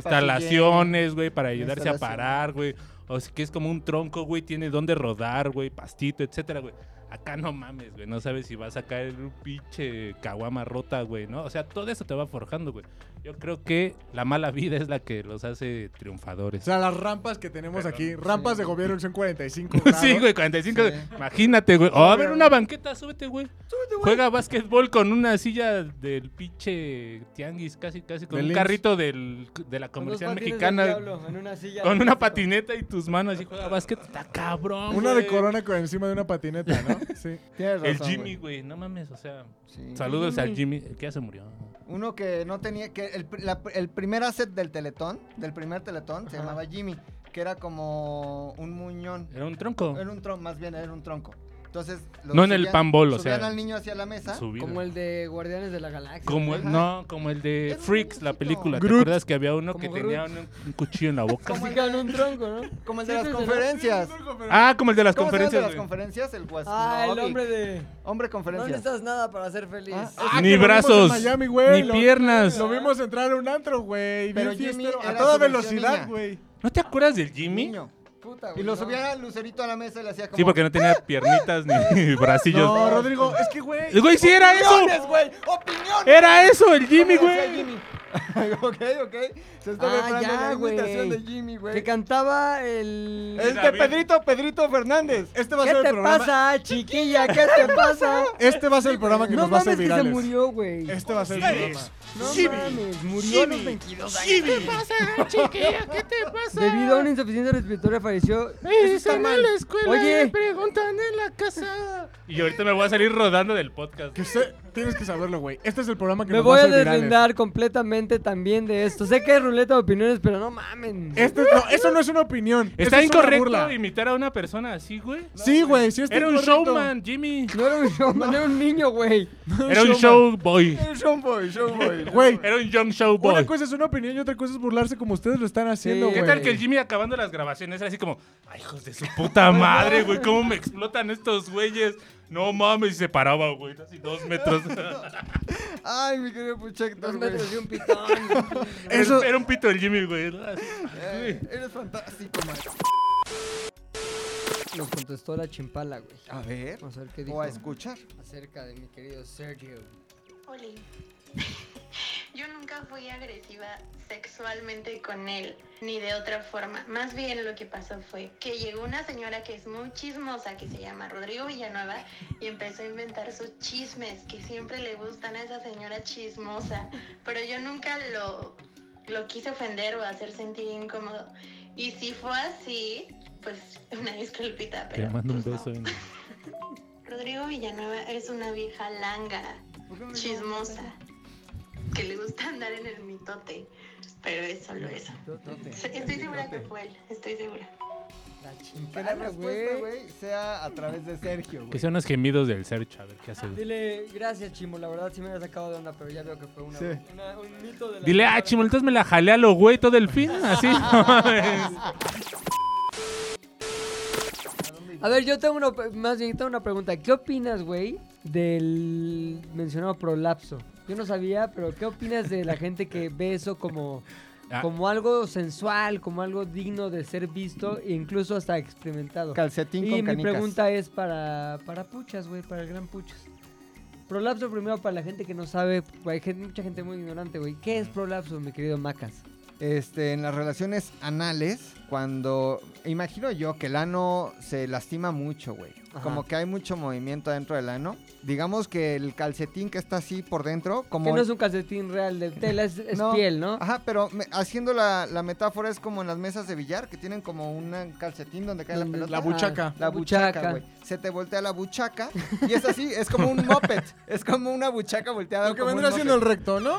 instalaciones, güey, para ayudarse a Instalación. parar, güey. O si que es como un tronco, güey, tiene dónde rodar, güey, pastito, etcétera, güey. Acá no mames, güey, no sabes si vas a caer un pinche caguama rota, güey, ¿no? O sea, todo eso te va forjando, güey. Yo creo que la mala vida es la que los hace O triunfadores. sea, las rampas que tenemos Perdón. aquí, rampas de gobierno que son 45 grados. Sí, güey, 45. Sí. Imagínate, güey. Oh, a ver, una banqueta, súbete, güey. Juega básquetbol con una silla del pinche tianguis, casi, casi, con Del un Lynx. carrito del- de la Con dos comercial patines del mexicana. diablo, en una silla. Con una patineta y tus manos y juega básquet. Está cabrón. Una de güey. corona con encima de una patineta, ¿no? Sí. Tienes razón, El Jimmy, güey. güey. No mames, o sea. Sí. Saludos al Jimmy, que ya se murió. Uno que no tenía, que el, pr- la pr- el primer asset del Teletón, del primer Teletón, se llamaba Jimmy, que era como un muñón. Era un tronco. Era un tronco, más bien era un tronco. Entonces, lo No en el panbol, o subían sea, al niño hacia la mesa. Subido. Como el de Guardianes de la Galaxia. Como el, Ajá. no, como el de Era un Freaks, la muñequito. película. ¿Te Groot. acuerdas que había uno Como que Groot. tenía un, un cuchillo en la boca? Como el de un tronco, ¿no? Como el de Sí, las sí, sí, conferencias. Ah, como el de las ¿Cómo se llama el de conferencias. las güey. conferencias? El Guasnovic. Ah, el hombre de. Hombre No conferencias. necesitas nada para ser feliz. Ah, Ah, que Ni lo vimos brazos, en Miami, güey, ni lo- piernas. Lo vimos entrar a un antro, güey. Pero bien Jimmy fiestero, a era toda su versión velocidad, niña. güey. ¿No te acuerdas del Jimmy? Niño. Puta, Y güey, lo no. subía Lucerito a la mesa y le hacía como... Sí, porque no tenía piernitas ni bracillos. No, Rodrigo, es que, güey. El güey "Ah, sí era eso. ¡Opiniones, güey! ¡Opiniones! Era eso el Jimmy, Como decía güey. Jimmy. ok, ok. Se está Ah, preparando ya, la imitación güey. de Jimmy, Que güey. cantaba el. El de David. Pedrito, Pedrito Fernández. Este va a ¿Qué ser el te programa. pasa, chiquilla? ¿Qué te pasa? Este va a ser el programa que No nos va a hacer mames que se virales. murió, güey. Este va a ser el programa. No mames, murió a los 22 años. ¿Qué te pasa, chiquilla? ¿Qué te pasa? Debido a una insuficiencia respiratoria falleció. Están mal. en la escuela eh, Oye. le preguntan en la casa. Y ahorita me voy a salir rodando del podcast. Que se- tienes que saberlo, güey. Este es el programa que Me nos va voy a a hacer virales. desvendar completamente también de esto. Sé que es ruleta de opiniones, pero no mamen. Este, no, eso no es una opinión. Está eso es una incorrecto burla. este imitar a una persona así, güey. Sí, güey, sí está Era un incorrecto. showman, Jimmy. No era un showman, era un niño, güey. Era un showboy. Eh, Showboy, showboy. Güey, Era un young showboy. una cosa es una opinión y otra cosa es burlarse como ustedes lo están haciendo, Sí. ¿Qué güey. tal que el Jimmy acabando las grabaciones era así como, ay, hijos de su puta madre, güey, cómo me explotan estos güeyes? No mames, y se paraba, güey, así dos metros. Ay, mi querido Dos Puchector, güey. metros y un pitón. Eso- Era un pito el Jimmy, güey. ¿no? Así, Eh, Eres fantástico, man. Nos contestó la chimpala, güey. A ver. Vamos a ver qué dijo O a escuchar. acerca de mi querido Sergio. Oli. Yo nunca fui agresiva sexualmente con él, ni de otra forma. Más bien lo que pasó fue que llegó una señora que es muy chismosa, que se llama Rodrigo Villanueva, y empezó a inventar sus chismes, que siempre le gustan a esa señora chismosa. Pero yo nunca lo, lo quise ofender o hacer sentir incómodo. Y si fue así, pues una disculpita, pero... pues, no. Rodrigo Villanueva es una vieja langa chismosa que le gusta andar en el mitote, pero es solo eso. Estoy segura que fue él, estoy segura. La Que la chimpala, respuesta, güey. güey, sea a través de Sergio, Que güey. sean los gemidos del search, a ver qué hace. Dile, gracias, Chimo. La verdad sí me había sacado de onda, pero ya veo que fue una, una- un mito de la. Dile, ah, chimo, entonces me la jalé a lo güey todo el fin, así. no mames. A ver, yo tengo una, más bien tengo una pregunta. ¿Qué opinas, güey, del mencionado prolapso? Yo no sabía, pero ¿qué opinas de la gente que ve eso como, Ah. como algo sensual, como algo digno de ser visto e incluso hasta experimentado? Calcetín y con mi canicas. pregunta es para, para Puchas, güey, para el gran Puchas. Prolapso primero para la gente que no sabe, hay gen- mucha gente muy ignorante, güey. ¿Qué es prolapso, mi querido Macas? Este, en las relaciones anales, cuando imagino yo que el ano se lastima mucho, güey. Ajá. Como que hay mucho movimiento dentro del ano. Digamos que el calcetín que está así por dentro, como Que no es un calcetín real de tela, es, es No. Ah, piel, ¿no? Ajá, pero me- haciendo la, la metáfora es como en las mesas de billar que tienen como un calcetín donde cae la Donde- Ah, pelota. La buchaca. La buchaca, güey. Se te voltea la buchaca y es así, es como un moped. Es como una buchaca volteada. Lo que como un vendrá siendo el moped. recto, ¿no?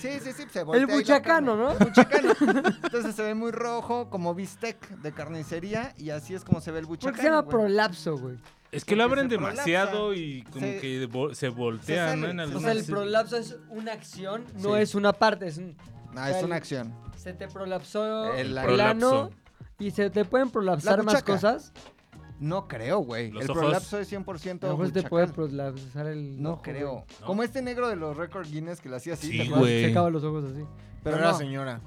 Sí, sí, sí, se voltea. El y la buchacano, pone. ¿no? Buchacano. Entonces se ve muy rojo, como bistec de carnicería y así es como se ve el buchacano. ¿Por qué se llama güey. prolapso, güey? Es que lo Porque abren se prolapsa. demasiado y como Se- que vo- se se voltea, sale, ¿no? En se O algunas- sea, el prolapso es una acción, no Sí. es una parte, es un... Ah, es una acción. Se te prolapsó El el, prolapso. ano y se te pueden prolapsar La más buchaca. cosas. No creo, güey. Los El ojos. prolapso es A lo 100% mejor se te puede buchacal. prolapsar el No ojo, güey. Ah, creo. ¿No? Como este negro de los récord Guinness que lo hacía así. Sí, ¿te acuerdas? güey. Se acaba los ojos así. Pero Pero era no. señora,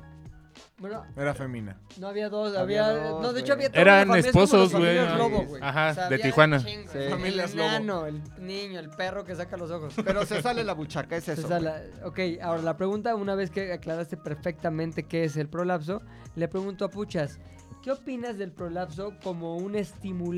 Bueno, era femina. no había dos, Había había... dos, no, de hecho güey. había toda una Eran familia, es como los esposos, güey. familias ajá, Lobo, güey. Ajá, O sea, de había Tijuana. chingo, Sí. Familias El Lobo. enano, el niño, el perro que saca los ojos. Pero se sale la buchaca, es eso. O sea, güey. la- ok, ahora la pregunta, una vez que aclaraste perfectamente qué es el prolapso, le pregunto a Puchas, ¿qué opinas del prolapso como un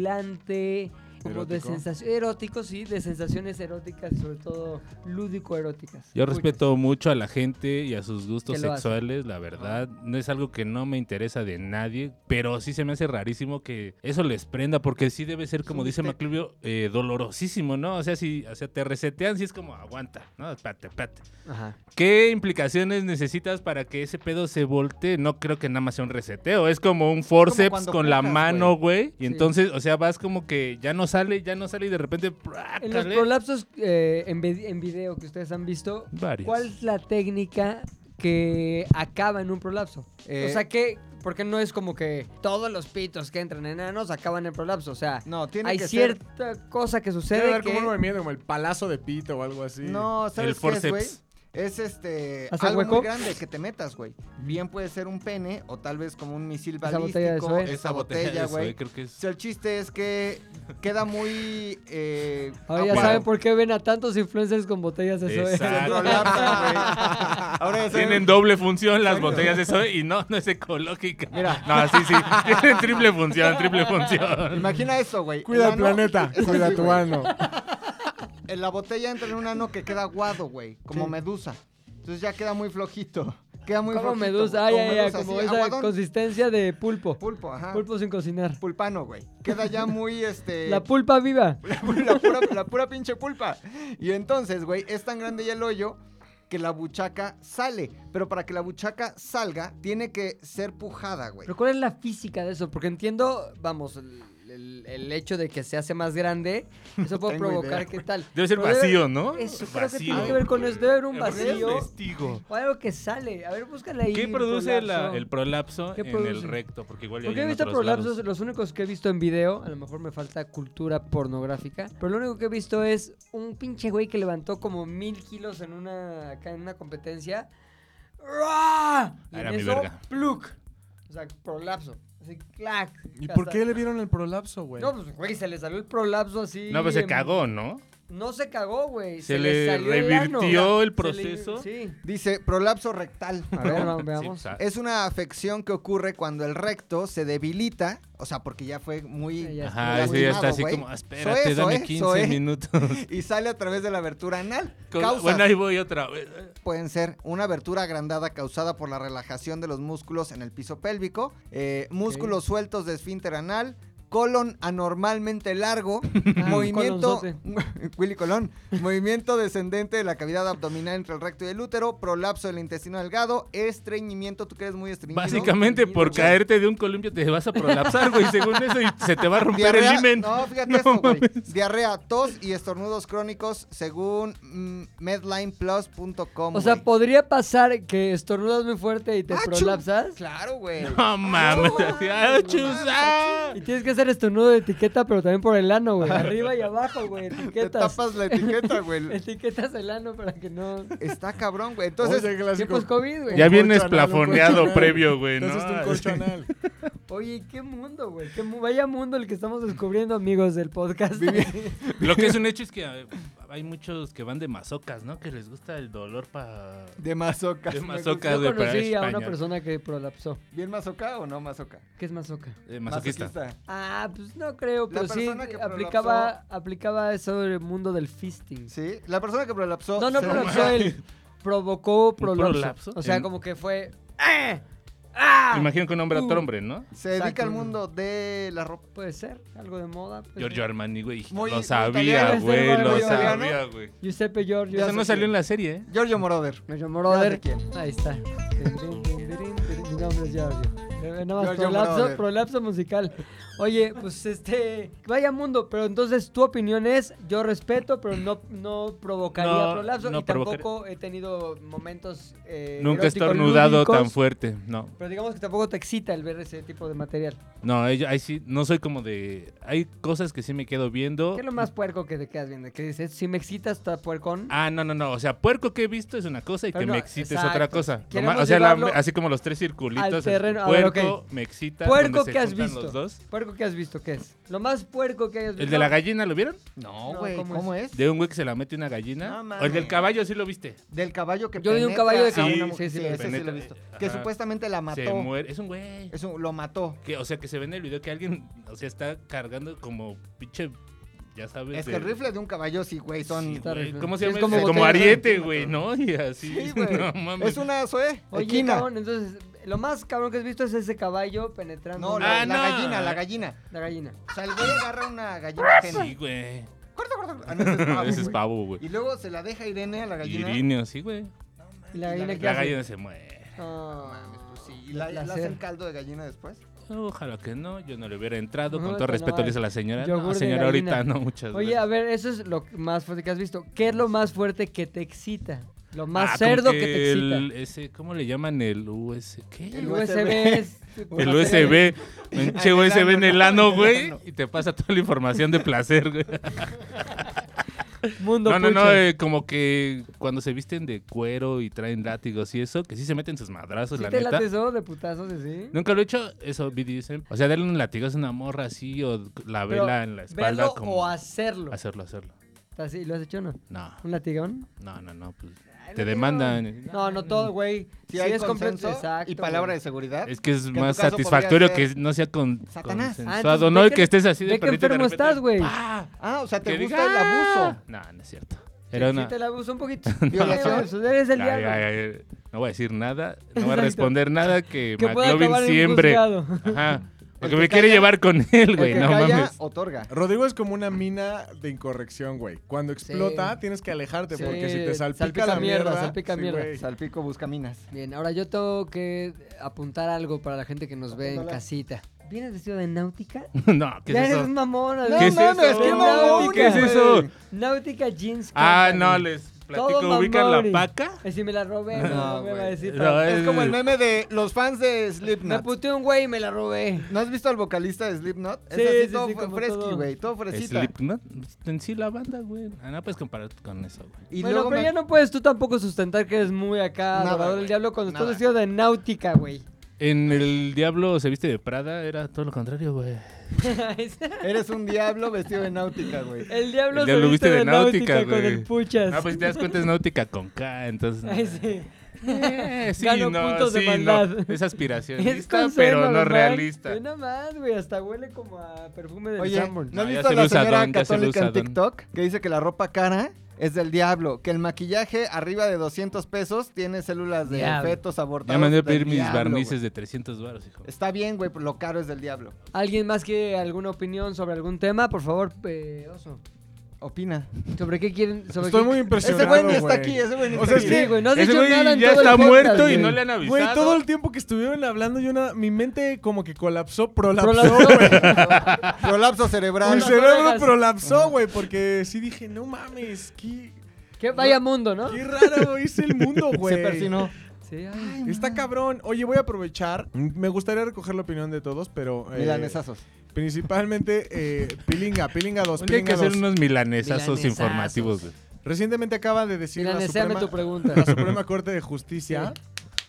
estimulante, como de Erótico. sensación erótico, sí, de sensaciones eróticas y sobre todo lúdico eróticas? Yo respeto mucho a la gente y a sus gustos Que lo hace. sexuales, la verdad. No es algo que no me interesa de nadie, pero sí se me hace rarísimo que eso les prenda, porque sí debe ser, como un dice bistec. Maclubio, eh, dolorosísimo, ¿no? O sea, si o sea, te resetean, sí es como, aguanta, ¿no? Espérate, espérate. Ajá. ¿Qué implicaciones necesitas para que ese pedo se voltee? No creo que nada más sea un reseteo. Es como un forceps cuando con la pujas, mano, güey. Sí. Y entonces, o sea, vas como que ya no sale, ya no sale y de repente... En los ¡prácale! prolapsos eh, en, vi- en video que ustedes han visto, Varios. ¿cuál es la técnica que acaba en un prolapso? Eh, o sea, que, porque no es como que todos los pitos que entran en enanos acaban en prolapso, o sea... No, tiene Hay que cierta cosa que Debe sucede haber que... como un movimiento, como el palazo de pito o algo así. ser... No, ¿sabes El qué es, güey? forceps. Es este ¿Hacer algo hueco? muy grande que te metas, güey. Bien puede ser un pene o tal vez como un misil Esa botella de balístico, Zoe. esa botella, de Zoe, güey. Creo que O es... sea, el chiste es que queda muy eh, Ahora ya aguado. saben por qué ven a tantos influencers con botellas de Zoe. Se Exacto. prolapsa, güey. Ah, Ahora ya saben- Tienen doble función las Exacto. botellas de Zoe y no, no es ecológica. Mira. No, sí, sí. Tienen triple función, triple función. Imagina eso, güey. Cuida el ano- planeta, es cuida así, tu güey. ano. En la botella entra en un ano que queda aguado, güey. Como Sí. medusa. Entonces ya queda muy flojito. Queda muy Como flojito. medusa, ay, güey. ay, ay, medusa, como así, esa aguadón. consistencia de pulpo. Pulpo, ajá. Pulpo sin cocinar. Pulpano, güey. Queda ya muy, este... La pulpa viva. la, pura, la pura pinche pulpa. Y entonces, güey, es tan grande ya el hoyo que la buchaca sale. Pero para que la buchaca salga, tiene que ser pujada, güey. Pero ¿cuál es la física de eso? Porque entiendo, vamos, el, el- el hecho de que se hace más grande, eso puede tengo provocar idea, qué tal. Debe ser Pero debe- vacío, ¿no? Eso creo que tiene que ver con eso. Debe haber un Porque eres vacío testigo. o algo que sale. A ver, búscale ahí. ¿Qué el produce la- prolapso. el prolapso ¿Qué en produce? el recto? Porque igual ya Porque hay he en visto otros prolapsos, lados. los únicos que he visto en video, a lo mejor me falta cultura pornográfica, pero lo único que he visto es un pinche güey que levantó como mil kilos en una, acá en una competencia. ¡Ruah! Y Era en mi eso, verga. pluk. O sea, prolapso. Así, clac. ¿Y Ya por está. qué le vieron el prolapso, güey? No, pues güey, se le salió el prolapso así. No, pues se em, cagó, ¿no? No se cagó, güey. Se le salió ano. revirtió Se el le- proceso. Sí. Dice, prolapso rectal. A ver, vamos, veamos. Sí, pues, ah. o sea, Es una afección que ocurre cuando el recto se debilita, o sea, porque ya fue Sí, muy... ya está. Ajá, muy ese ya está lastimado, así güey. eh, como, espérate, Zoe, dame Zoe, 15 Zoe". minutos. Y sale a través de la abertura anal. Con- Causas Bueno, ahí voy otra vez. pueden ser una abertura agrandada causada por la relajación de los músculos en el piso pélvico, eh, músculos sueltos de esfínter anal, colon anormalmente largo, Ah, movimiento... colonzote. Willy Colón. Movimiento descendente de la cavidad abdominal entre el recto y el útero, prolapso del intestino delgado, estreñimiento, tú que eres muy estreñido. Básicamente, por Sí. caerte de un columpio te vas a prolapsar, güey. Según eso, y se te va a romper Diarrea- el himen. No, fíjate No esto, güey. Diarrea, tos y estornudos crónicos según mm, medlineplus.com. O sea, güey. podría pasar que estornudas muy fuerte y te Achú. prolapsas. Claro, güey. No mames. ah. así, ¡ah, chusa! Y tienes que hacer estornudo de etiqueta, pero también por el ano, güey. Arriba y abajo, güey. Te Etiquetas. tapas la etiqueta, güey. Etiquetas el ano para que no. Está cabrón, güey. Entonces, Oye, qué Tiempos clásico. COVID, güey. Ya Un vienes corcho anal, un corcho plafoneado anal. previo, güey, Te ¿no? haces un corcho anal. Oye, qué mundo, güey. Qué mu- Vaya mundo el que estamos descubriendo, amigos del podcast. Lo que es un hecho es que a, hay muchos que van de mazocas, ¿no? Que les gusta el dolor para... De mazoca. De mazoca, Yo güey, para conocí a España. una persona que prolapsó. ¿Bien mazoca o no mazoca? ¿Qué es mazoca? Eh, masoquista. Ah, pues no creo, La pero sí persona que aplicaba, aplicaba eso del mundo del fisting. Sí, la persona que prolapsó. No, no se- prolapsó él. Provocó prolapso. prolapso? O sea, En- como que fue. ¡Ah! ¡Ah! Me imagino que un hombre a Uh. otro hombre, ¿no? Se dedica Exacto. al mundo de la ropa. Puede ser, algo de moda. pues puede Giorgio ser. Armani, güey. Muy- Lo muy sabía, italiano, güey. este Lo barrio italiano. sabía, güey. Giuseppe Giorgio. Eso no salió en la serie, ¿eh? Giorgio Moroder. Me llamó Ya sé Roder. quién. Ahí está. Eh, Mi nombre es Giorgio. Eh, Nada más Giorgio prolapso, Moroder. prolapso musical. Oye, pues este. Vaya mundo, pero entonces tu opinión es: yo respeto, pero no, no provocaría No, prolapso. no y provocaría. tampoco he tenido momentos. eh, Nunca he eróticos, estornudado lúdicos, tan fuerte. No, Pero digamos que tampoco te excita el ver ese tipo de material. no, ahí ahí sí, no soy como de... Hay cosas que sí me quedo viendo. ¿Qué es lo más puerco que te quedas viendo? Que dices, si me excitas, está puercón. Ah, no, no, no. O sea, puerco que he visto es una cosa y Pero que no, me excita es exacto. otra cosa. Lo Queremos más- o sea, la- llevarlo así como los tres circulitos. al es terreno. A ver, Puerco, me excita. puerco donde se que has juntan visto. Los dos. Puerco que has visto, ¿qué es? Lo más puerco que hayas visto. ¿El de la gallina lo vieron? No, No, güey. ¿cómo ¿cómo, es? De un güey que se la mete una gallina. No o el del mames. caballo sí lo viste. Del caballo que Yo vi un penetra caballo de a caballo. una Sí, mujer. sí, sí, Sí, lo ese sí lo penetra. he visto. Ajá. Que supuestamente la Se mató. muere. Es un güey. Eso, lo mató. Que, o sea, que se ve en el video que alguien, o sea, está cargando como pinche, ya sabes. Es que de- el rifle de un caballo, sí, güey, Sí, son... Está güey, rifle. ¿Cómo Sí, se llama? es ese? como como, botella de ariete, centímetro. güey, ¿no? Y así. Sí, güey. no mames. es una Zoe. Oye, equina. cabrón, entonces, lo más cabrón que has visto es ese caballo penetrando No, la, la, Ah, la no. gallina, la gallina. la gallina. O sea, el güey agarra una gallina ajena. Sí, güey. Corta, corta, corta. Ah, no, ese es pavo, Ese es güey. pavo, güey. Y luego se la deja Irene a la gallina. Irineo, sí, güey. ¿Y la gallina qué La hace? gallina se muere. Ah, Mames, pues sí. ¿Y la, la hace placer. el caldo de gallina después? Ojalá que no, yo no le hubiera entrado. No, Con todo que no, respeto ay. le dice a la señora. Yogur No, de señora, gallina. ahorita no, muchas Oye, gracias. a ver, eso es lo más fuerte que has visto. ¿Qué es lo más fuerte que te excita? Lo Ah, más como cerdo que, te excita. el- ese, ¿Cómo le llaman el US? ¿Qué? El El USB USB. es... El USB, En pinche el USB en ano, el ¿no? ano, En el güey, ano. y te pasa toda la información de placer, güey. Mundo No, no, no, pucho. eh, como que cuando se visten de cuero y traen látigos y eso, que sí se meten sus madrazos, ¿Sí pues, la te neta. late eso de putazos así? Nunca lo he hecho, eso BDSM. O sea, darle un latigo a una morra así o la Pero, vela en la espalda. ¿Verlo como- o hacerlo? Hacerlo, hacerlo. ¿Así? ¿Lo has hecho o no? No, ¿Un latigón? no, no, no. pues, te demandan. No, no todo, güey. Si, hay es completo, consenso exacto. y palabra güey. de seguridad. Es que es en tu más caso satisfactorio podría que ser no sea con, Satanás. Ah, consensuado, entonces, ¿no? ve Y que- que estés así de ve que perrito y de enfermo repente, estás, güey. ¡pah! Ah, o sea, te Que gusta diga, el abuso. "Ah". No, no es cierto. Sí, Era sí una. te la abuso un poquito. Violación. Eso, Eres el Ya, diablo. ya, ya, ya. No voy a decir nada, no voy a Exacto. responder nada que, Que pueda acabar McLovin en un siempre. juzgado. Ajá. Porque que me quiere calla- llevar con él, güey. el que No calla, mames. otorga. Rodrigo es como una mina de incorrección, güey. Cuando explota, tienes que alejarte Sí, porque si te salpica, salpica la mierda, mierda, salpica mierda. güey. Salpico busca minas. Bien, ahora yo tengo que apuntar algo para la gente que nos ve en Apúntala. casita. ¿Vienes vestido de náutica? No, ¿qué ya es eres eso? mamona. No güey. es mames, eso? qué náutica, ¿Qué es güey? eso? Náutica Jeans Ah, Company. no, les Todo platico. ¿Ubican mamón. la paca? Eh, Si me la robé, me No, la robé, güey. va a decir. No, "Ah, Es como el Eh. meme de los fans de Me Slipknot. puteé un güey y me la robé. ¿No has visto al vocalista de Slipknot? Sí, es así sí, todo sí, fue- como fresqui, todo. güey. Todo fresita. Slipknot. En sí, la banda, güey. Ah, no puedes comparar con eso, güey. Y bueno, luego pero me- ya no puedes tú tampoco sustentar que eres muy acá Nada, adorador del güey, diablo cuando estás nada. vestido de náutica, güey. En El Diablo se viste de Prada, era todo lo contrario, güey. Eres un diablo vestido de náutica, güey. el diablo El se diablo viste viste de de náutica, náutica, con güey. el puchas. Ah, pues si te das cuenta es náutica con K, entonces. Ay, sí. Eh, sí, Gano no, puntos de sí, maldad. no. Es Es aspiracionista, con pero cero, no ¿verdad? realista. Ve nada más, güey, hasta huele como a perfume de Oye, Sanborn. ¿no has No, ya visto a se la lo usa señora Don, ya se lo católica usa en Don. TikTok que dice que la ropa cara es del diablo? Que el maquillaje arriba de 200 pesos tiene células de Diablo. fetos abortados. Ya mandé a del pedir mis diablo, barnices güey. de 300 baros, hijo. Está bien, güey, pero lo caro es del diablo. ¿Alguien más que alguna opinión sobre algún tema? Por favor, eh, Oso. Opina. ¿Sobre qué quieren? Sobre Estoy qué- muy impresionado, Ese güey ni está güey. aquí, ese güey ni O está sea, es aquí. Sí, que- güey, no has Ese dicho güey nada en ya todo el está podcast, muerto y güey. no le han avisado. Güey, todo el tiempo que estuvieron hablando, yo nada, mi mente como que colapsó, prolapsó, Prolapsó. güey. Prolapso Mi cerebral. Uy, las cerebro orejas. prolapsó, güey, porque sí dije, no mames, qué, Que vaya mundo, ¿no? qué raro es el mundo, güey. Se persinó. Sí, ay. Está cabrón. Oye, voy a aprovechar. Me gustaría recoger la opinión de todos, pero. eh, Milanesazos. Principalmente eh, Pilinga, Pilinga 2, Un día hay que Pilinga 2. hacer unos milanesazos Milanesazos. informativos. güey. Recientemente acaba de decir la Milaneséame Suprema, tu pregunta. la Suprema Corte de Justicia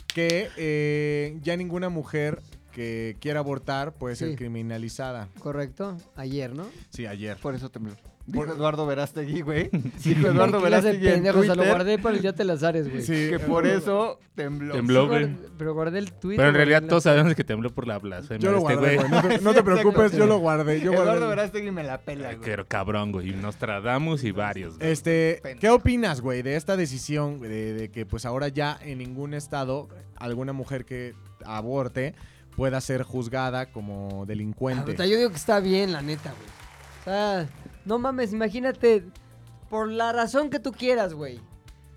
que eh, ya ninguna mujer que quiera abortar puede ser Sí. criminalizada. Correcto, ayer, ¿no? Sí, ayer. Por eso tembló. Dijo Eduardo Verástegui, güey. Sí, Dijo Eduardo ¿qué clase de Verástegui en pendejo, se lo Twitter guardé para el Ya te las ares, güey. Sí, que por eso tembló. Tembló, Sí, güey. guard- Pero guardé el tweet. Pero en guardé realidad la- todos sabemos que tembló por la blasfemia Yo de lo este guardé, güey. güey. No te, no te Sí, preocupes, exacto. yo lo guardé. Yo guardé. Eduardo Verástegui me la pela, Ay, güey. Pero cabrón, güey. Y Nostradamus y varios, güey. Este, Pendejo. ¿qué opinas, güey, de esta decisión güey, de, de que pues ahora ya en ningún estado alguna mujer que aborte pueda ser juzgada como Ah, delincuente? puta, yo digo que está bien, la neta, güey. O sea, no mames, imagínate, por la razón que tú quieras, güey.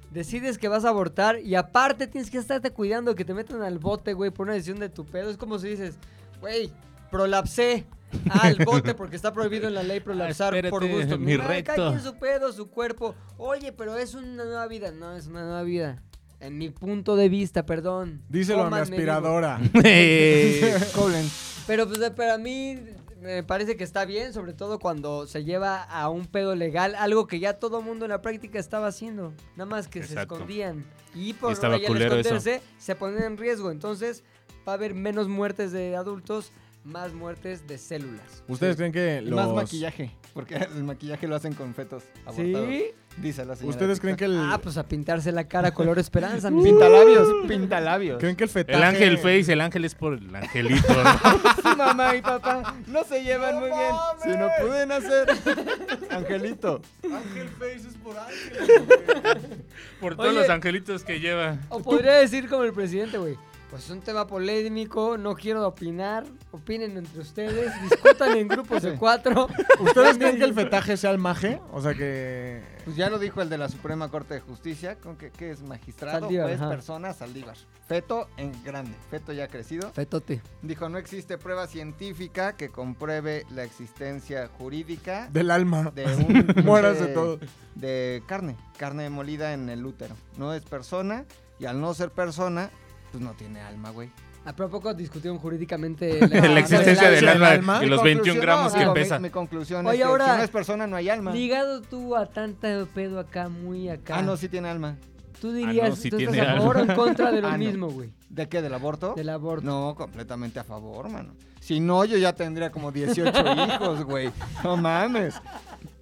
Decides que vas a abortar y aparte tienes que estarte cuidando que te metan al bote, güey, por una decisión de tu pedo. Es como si dices, güey, prolapsé al bote porque está prohibido en la ley prolapsar Ah, espérate, por gusto. mi Ah, cada recto. quien su pedo, su cuerpo. Oye, pero es una nueva vida. No, es una nueva vida. En mi punto de vista, perdón. Díselo a mi Cómanme, digo. aspiradora. Eh, Coblen. Pero pues, eh, para mí me parece que está bien, sobre todo cuando se lleva a un pedo legal, algo que ya todo mundo en la práctica estaba haciendo, nada más que se Exacto. escondían. Y por Estaba ahora ya al culero eso. esconderse se ponen en riesgo, entonces va a haber menos muertes de adultos, más muertes de células. ¿Ustedes creen que Y los Más maquillaje. Porque el maquillaje lo hacen con fetos abortados. ¿Sí? Dice la señora. ¿Ustedes creen que el Ah, pues a pintarse la cara color esperanza. Uh. mis- Pintalabios, Uh. pintalabios. creen que el fetaje el ángel face, el ángel es por el angelito, ¿no? Sí, mamá y papá no se llevan muy bien. Si no pueden hacer. Angelito. Ángel face es por ángel. Por todos Oye. los angelitos que lleva. O podría decir como el presidente, güey. Pues es un tema polémico, no quiero opinar. Opinen entre ustedes, discutan en grupos de cuatro. ¿Ustedes creen que el fetaje sea el maje? O sea que Pues ya lo dijo el de la Suprema Corte de Justicia, con que, que es magistrado, Saldívar, juez, ajá. persona, Saldívar. Feto en grande, feto ya crecido. Fetote. Dijo, no existe prueba científica que compruebe la existencia jurídica del alma. de un... Mueras de- de todo. de carne, carne molida en el útero. No es persona y al no ser persona, pues no tiene alma, güey. ¿A pero ¿a poco discutieron jurídicamente La no, existencia el del del alma alma. y Mi los 21 conclusión, gramos no, que digo, mi- pesa. Mi, conclusión Oye, es que ahora- si no es persona no hay alma. Ligado tú a tanto pedo acá, muy acá. Ah, no, sí tiene alma. Tú dirías, sí ¿tú estás tiene a favor o algo. en contra de lo Ah, no. mismo, güey? ¿De qué? ¿Del aborto? Del aborto. No, completamente a favor, mano. Si no, yo ya tendría como 18 hijos, güey. No mames.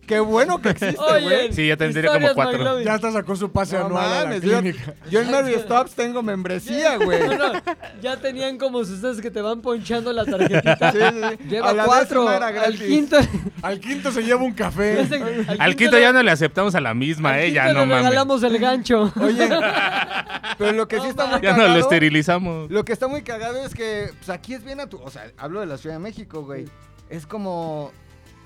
Qué bueno que existe, Este güey. Sí, ya tendría como historias, cuatro. McLovin. Ya hasta sacó su pase No anual a la mames, yo, clínica. yo en Mary Stops tengo membresía, güey. No, no, ya tenían como sus esas que te van ponchando la tarjetita. Sí, sí, sí. A Lleva la cuatro. décima era Al gratis. quinto. Al quinto se lleva un café. ese- Al quinto le- ya no le aceptamos a la misma, al eh, ya quinto no le mames. regalamos el gancho. Oye, pero lo que sí No está muy Ya cagado, no lo esterilizamos. Lo que está muy cagado es que pues, aquí es bien a tu. O sea, hablo de la Ciudad de México, güey. Es como.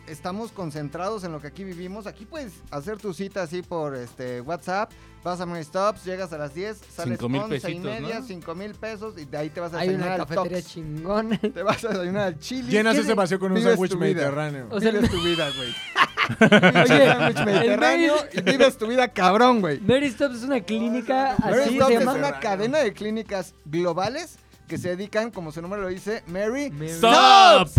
Estamos concentrados en lo que aquí vivimos. Aquí puedes hacer tu cita así por este WhatsApp. Vas a My Stops, llegas a las 10, sales Cinco mil 11 y pesitos, media, ¿no? 5 mil pesos y de ahí te vas a Hay una desayunar al cafetería Tox. chingona. Te vas a desayunar al chili. Llenas ¿Qué ese vacío con un vives sándwich tu vida? mediterráneo. O sea, vives tu vida, güey. Vives un sándwich mediterráneo y vives tu vida cabrón, güey. Mary Stop es una clínica Mary así Stop se es llama. una cadena de clínicas globales que se dedican, como su nombre lo dice, Mary, Mary- ¡Stop!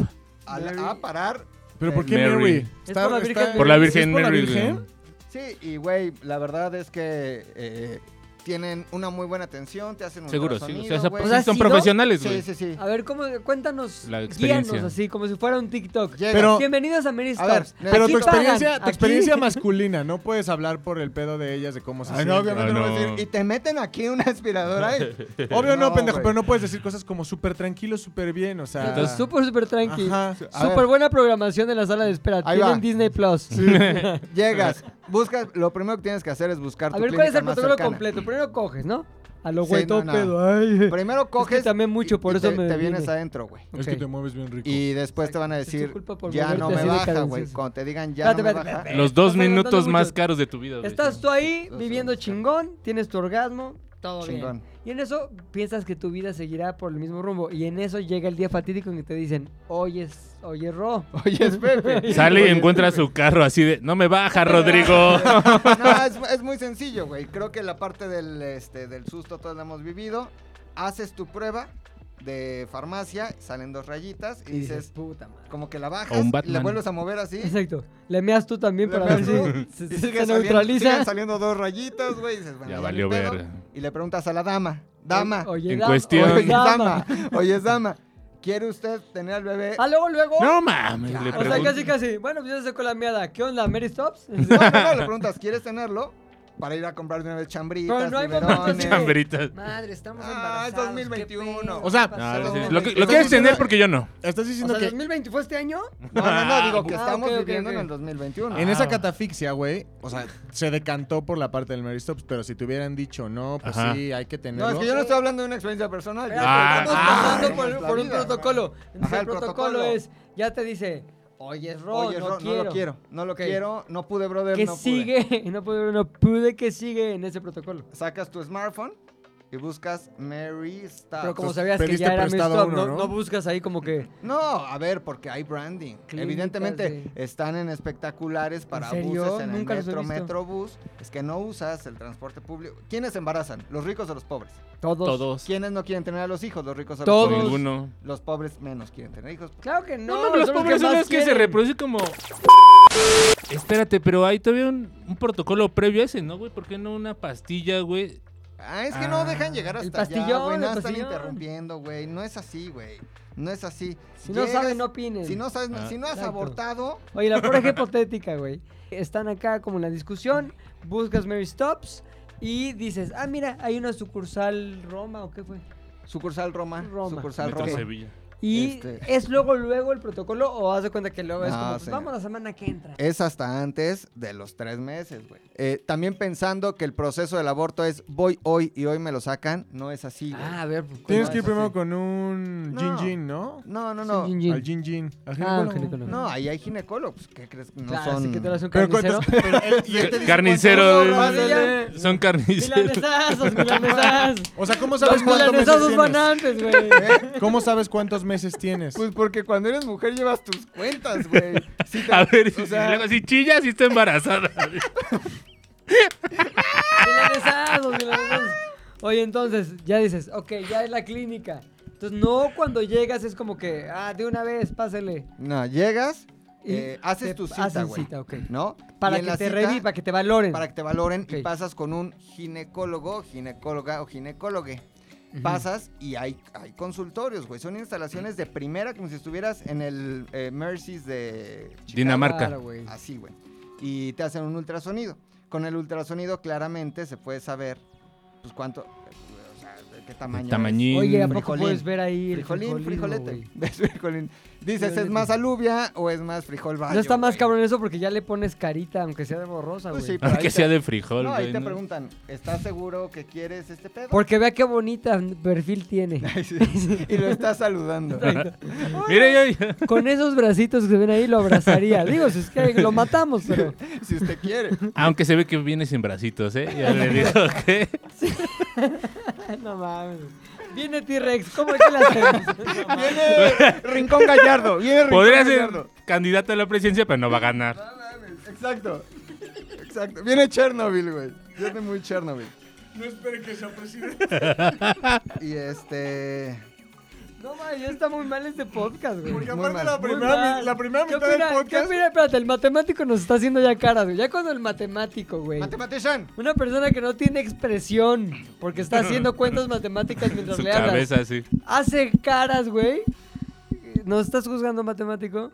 a, Mary. a parar. ¿Pero por qué Mary. Mary? Es por la Virgen Por la ¿Sí Virgen ¿Es por la Mary. Virgen? güey. Sí, y güey, la verdad es que eh, tienen una muy buena atención, te hacen un Seguro, sí. O sea, O sea, son si no- profesionales, sí, güey. sí, sí. A ver, ¿cómo, cuéntanos, La guíanos experiencia. así, como si fuera un TikTok. Llega. Pero- Bienvenidos a Mary A ver, Stops. pero Pero Aquí tu experiencia, pagan, tu aquí- experiencia masculina, no puedes hablar por el pedo de ellas de cómo se Ay, no, sienten. obviamente Ah, no voy a no. decir, Y te meten aquí una aspiradora. y- Obvio no, No, pendejo, güey. pero no puedes decir cosas como súper tranquilo, súper bien, o sea... Entonces, súper, súper tranqui. Ajá. A ver. Súper buena programación en la sala de espera. Ahí Tienen va. Disney Plus. Llegas, buscas, lo primero que tienes que hacer es buscar A tu ver, ¿cuál es clínica el más protocolo cercana. completo? Primero coges, ¿no? A lo Sí, güey, no, todo no. pedo. Ay. Primero coges también mucho, y- por y eso te, me te vienes vine. adentro, güey. Es Ok. que te mueves bien rico. Y después te van a Es tu decir, culpa por ya no moverte me así de baja, güey. cadencioso. Cuando te digan, ya Espérate, no me espérate, baja. espérate. Los dos Estás hablando minutos más mucho. caros de tu vida, güey. Estás tú ahí Dos viviendo segundos, chingón, tienes tu orgasmo, todo Chingón. bien. Y en eso piensas que tu vida seguirá por el mismo rumbo. Y en eso llega el día fatídico en que te dicen, oye, es- oye, Ro. Oye, es Pepe. Sale y Oye, encuentra su carro así de, no me baja, Rodrigo. No, es, es muy sencillo, güey. Creo que la parte del, este, del susto todos la hemos vivido. Haces tu prueba de farmacia, salen dos rayitas y Y dices, dices, puta madre. como que la O bajas, un la Batman. vuelves a mover así. Exacto. Le meas tú también le para ver ves, si ¿no? se, Y se- sigue se saliendo- neutraliza. siguen saliendo dos rayitas, güey. y dices, bueno, ya ni valió pedo. ver. Y le preguntas a la dama, dama, Oye, En da- cuestión. oye, Oye, es dama. dama. Oye, es dama. ¿Quiere usted tener al bebé? Ah, luego, luego. No mames, le o sea, pregunto. casi, casi. Bueno, pues ya se sacó la miada. ¿Qué onda, Mary Stops? No, no, no, le preguntas, ¿quieres tenerlo? Para ir a comprar de una vez chambritas, Pero no hay biberones. momento, sí. Chambritas. Madre, estamos Ah, embarazados. es 2021. qué pedo, O sea, ¿qué No, pasó? lo- sí, lo, que- lo quieres diciendo- tener porque yo no. Estás O diciendo sea, que 2020 fue este año. No, no, no, digo que Ah, estamos ok, ok, viviendo ok. en el 2021. en Ah. esa catafixia, güey, o sea, se decantó por la parte del Mary Stops, pero si te hubieran dicho no, pues Ajá. sí, hay que No, tenerlo. es que yo no estoy hablando de una experiencia personal. Espérate, Ah, estamos ah, pasando por, por un vida. protocolo. Entonces, Ajá, el el protocolo, protocolo. es, ya te dice, oye, Ro, Oye, no, Ro, quiero. no lo quiero, no lo Ok. quiero, no pude, brother, ¿Qué no pude. sigue? No pude, no pude, ¿qué sigue en ese protocolo? Sacas tu smartphone y buscas Mary Star. Pero como pues, sabías que pediste ya era mi prestado stop, uno, no, ¿no? no buscas ahí como que... No, a ver, porque hay branding. Clínicas Evidentemente de- están en espectaculares para serio? buses, en Nunca el los he metro, visto. metrobús. Es que no usas el transporte público. ¿Quiénes embarazan? ¿Los ricos o los pobres? Todos. Todos. ¿Quiénes no quieren tener a los hijos? ¿Los ricos o Todos. los pobres? Ninguno. Los pobres menos quieren tener hijos. Claro que no. No, mames, los son pobres son más los que se quieren. reproducen como. Espérate, pero hay todavía un, un protocolo previo a ese, ¿no, güey? ¿Por qué no una pastilla, güey? Ah, es que no Ah, dejan llegar el hasta allá, pastillón, güey. el Nada, están pastillón. interrumpiendo, güey. No es así, güey. No es así. Si no Llegas- saben, no opinen. Si no, sabes, Ah. si no has Exacto. abortado, Oye, la pura hipotética, güey. Están acá como en la discusión, buscas Mary Stops y dices, ah, mira, hay una sucursal Roma o qué fue. sucursal Roma, Roma. sucursal Metro Roma. Sevilla. Y Este. es luego, luego el protocolo o haz de cuenta que luego es Ah, como, pues, sí. Eh, vamos la semana que entra. Es hasta antes de los tres meses, güey. Eh, también pensando que el proceso del aborto es voy hoy y hoy me lo sacan, no es así, güey. Ah, a ver. pues, Tienes No, que ir eso primero sí. con un No. Jin Jin, ¿no? No, no, no. Jin, jin. Al Jin Jin. Al Ah, ginecólogo. ginecólogo. No, ahí hay ginecólogos. ¿Qué crees? No Claro, son... Este así que te lo hace un Pero carnicero. cuántas. pero él- y él te dice Carnicero, cuántas güey. horas, Pásale. dale. Son carniceros. Milanesazos, milanesazos. O sea, ¿cómo sabes Los cuántos milanesazos van meses antes, güey. tienes? ¿Eh? ¿Cómo sabes cuántos meses tienes? Pues porque cuando eres mujer llevas tus cuentas, güey. Sí te- A ver, o sea, y luego si chillas y está embarazada. Milanesazos, milanesazos. Oye, entonces, ya dices, ok, ya es la clínica. Entonces, no cuando llegas es como que, ah, de una vez, pásele. No, llegas, Y eh, te haces tu cita, hacen güey. cita, ok. ¿No? Para Y en que la te cita, revi, para que te valoren. para que te valoren Ok. y pasas con un ginecólogo, ginecóloga o ginecólogue. Pasas y hay, hay consultorios, güey. Son instalaciones de primera, como si estuvieras en el eh, Mercy's de Dinamarca. Claro, güey. Así, güey. Y te hacen un ultrasonido. Con el ultrasonido claramente se puede saber, pues, cuánto, eh, o sea, de qué tamaño es. Tamañín. Oye, ¿a poco Frijolín. puedes ver ahí el Frijolín, frijolino, frijolete. güey? ¿Ves frijolín? Dices, ¿es Frijolete. más alubia o es más frijol bayo, No está más güey? cabrón eso porque ya le pones carita, aunque sea de borrosa, güey. Pues sí, pero ahí Aunque te- sea de frijol, No, ahí güey. te ¿no? preguntan, ¿estás seguro que quieres este pedo? Porque vea qué bonita perfil tiene. y lo estás saludando. Mira, yo- yo- Con esos bracitos que se ven ahí lo abrazaría. Digo, si es que lo matamos, pero. si usted quiere. Aunque se ve que viene sin bracitos, ¿eh? Ya le digo que. No mames. Viene T-Rex, ¿cómo es que la hacemos? No mames. Viene Rincón Gallardo. Viene Rincón Podría ser Gallardo. candidato a la presidencia, pero no va a ganar. No mames, Exacto. Exacto. Viene Chernobyl, güey. Viene muy Chernobyl. No esperen que sea presidente. Y este. No mames, ya está muy mal este podcast, güey. Porque Muy aparte mal. la Muy primera, mal. la primera ¿Qué mitad opina- del ¿Qué podcast. opina? Espérate, el matemático nos está haciendo ya caras, güey. Ya cuando el matemático, güey. Mathematician. Una persona que no tiene expresión porque está haciendo cuentas matemáticas mientras Su le hablas. cabeza, sí. Hace caras, güey. ¿Nos estás juzgando, matemático?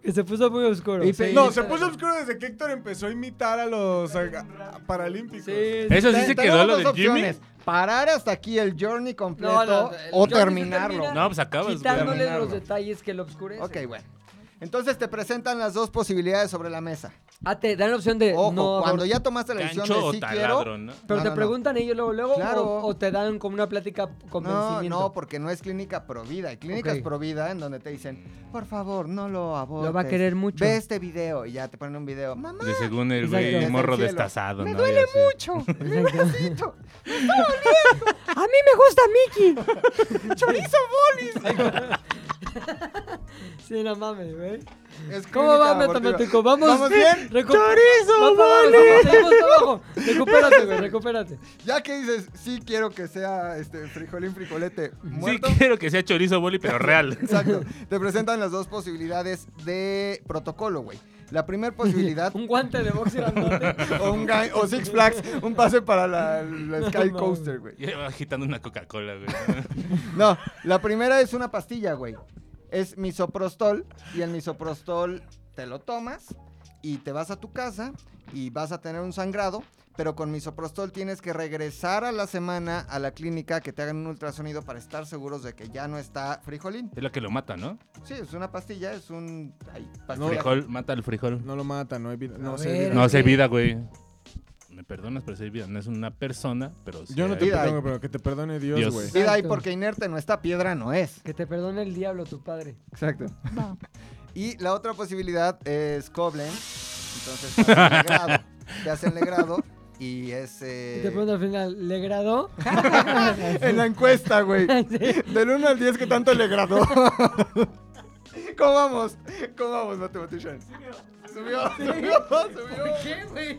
Que se puso muy oscuro. Y pe- No, se puso oscuro desde que Héctor empezó a imitar a los a- a- paralímpicos. Sí, sí. Eso sí Te- se tenemos quedó lo dos del Jimmy. opciones. Parar hasta aquí el journey completo No, no, el o journey se terminarlo. termina. No, pues acabas, güey. Quitándole Terminarlo. los detalles que lo obscurecen. Ok, bueno. Entonces te presentan las dos posibilidades sobre la mesa. Ah, te dan la opción Eh, de Ojo, no cuando aborto. ya tomaste la decisión Gancho de o sí taladro, quiero. ¿no? Pero No, te no, no. preguntan ellos luego, luego Claro. o, o te dan como una plática No, convencimiento. no, porque no es clínica provida. Hay clínicas Ok. provida en donde te dicen, por favor, no lo abortes. Lo va a querer mucho. Ve este video y ya te ponen un video. Mamá, De según el Exacto. güey, Desde morro el cielo. destazado, me ¿no? duele Y así. mucho. Exacto. Chito, A mí me gusta Mickey. Chorizo bolis. sí, no mames, güey. Es ¿Cómo va, clínica abortiva. matemático? Vamos. ¿Vamos bien? Recu- Vamos, vamos, vamos, seguimos abajo. Recupérate, güey, recupérate. Ya que dices, sí quiero que sea este frijolín frijolete Sí, muerto. quiero que sea chorizo boli, pero real. Exacto. Te presentan las dos posibilidades de protocolo, güey. La primera posibilidad, Un guante de box grandote. o, un ga- o Six Flags, un pase para la, la Sky Coaster, güey. Y ahí va agitando una Coca-Cola, güey. No, la primera es una pastilla, güey. Es misoprostol y el misoprostol te lo tomas y te vas a tu casa y vas a tener un sangrado, pero con misoprostol tienes que regresar a la semana a la clínica que te hagan un ultrasonido para estar seguros de que ya no está frijolín. Es la que lo mata, ¿no? Sí, es una pastilla, es un ay, No, pastilla. Frijol mata al frijol. No lo mata, no hay vida. No A sé. ver. vida. No, es es hay que- vida, güey. Me perdonas, pero sí hay vida. No es una persona, pero sí Yo no te hay- Vida. perdono, pero que te perdone Dios, Dios. güey. Sí, de ahí porque inerte no está, piedra no es. Que te perdone el diablo, tu padre. Exacto. Y la otra posibilidad es Koblenz. Entonces te hacen legrado. Te hacen legrado y es. eh, Y te pregunto al final, ¿le gradó? en la encuesta, güey. Ah, Sí. Del 1 al 10, que tanto le gradó? ¿Cómo vamos? ¿Cómo vamos, Mathematician? Subió, subió, subió. ¿Qué, güey?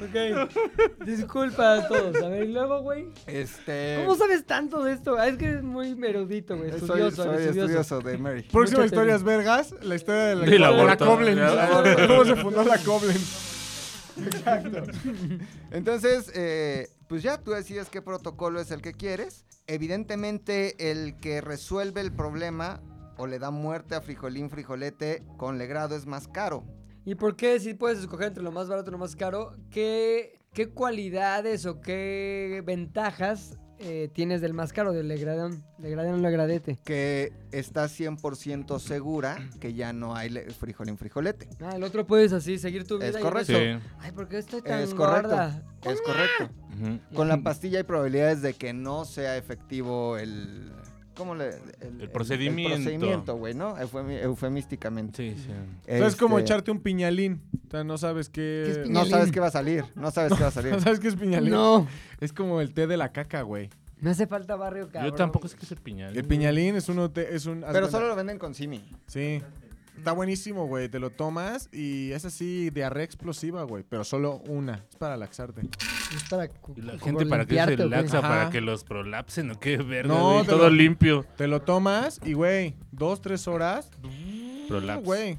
ok. Disculpa a todos. A ver, y luego, güey. Este. ¿Cómo sabes tanto de esto? Ah, Es que eres muy merudito, güey. soy- Estudioso, soy eres estudioso. estudioso de Mary. Próxima Mucha historias vergas, la historia de la, Del de la aborto. Koblenz. ¿Cómo se fundó la Koblenz? Entonces, eh, pues ya tú decides qué protocolo es el que quieres. Evidentemente, el que resuelve el problema o le da muerte a Frijolín Frijolete con Legrado es más caro. ¿Y por qué si puedes escoger entre lo más barato y lo más caro? ¿Qué, qué cualidades o qué ventajas eh, tienes del más caro, del degradón? Degradón, legradete. Que está 100% segura que ya no hay le- Frijolín Frijolete. Ah, el otro puedes así seguir tu vida. Es y en correcto. Sí. eso- Ay, ¿por qué estoy tan Es correcto. gorda? Mm. Es correcto. Ujú. Con la pastilla hay probabilidades de que no sea efectivo el... ¿Cómo le...? El procedimiento. El procedimiento, güey, ¿no? Eufemi- eufemísticamente. Sí, sí. O sea, es como Este, echarte un piñalín. O sea, no sabes qué. ¿Qué es piñalín? No sabes qué va a salir, no sabes qué va a salir. No sabes qué es piñalín. No, Es como el té de la caca, güey. me hace falta barrio, cabrón. Yo tampoco sé qué es el piñal. Mm. El piñalín es un té, es un. haz Pero cuenta- solo lo venden con Simi. Sí. Está buenísimo, güey. Te lo tomas y es así diarrea explosiva, güey. Pero solo una. Es para laxarte. Es para cu- Y La como gente para que se limpiarte, ¿o qué? laxa, Ajá. para que los prolapsen o qué verga, No, güey, te lo- todo limpio. Te lo tomas y, güey, dos, tres horas. Prolaps. Güey.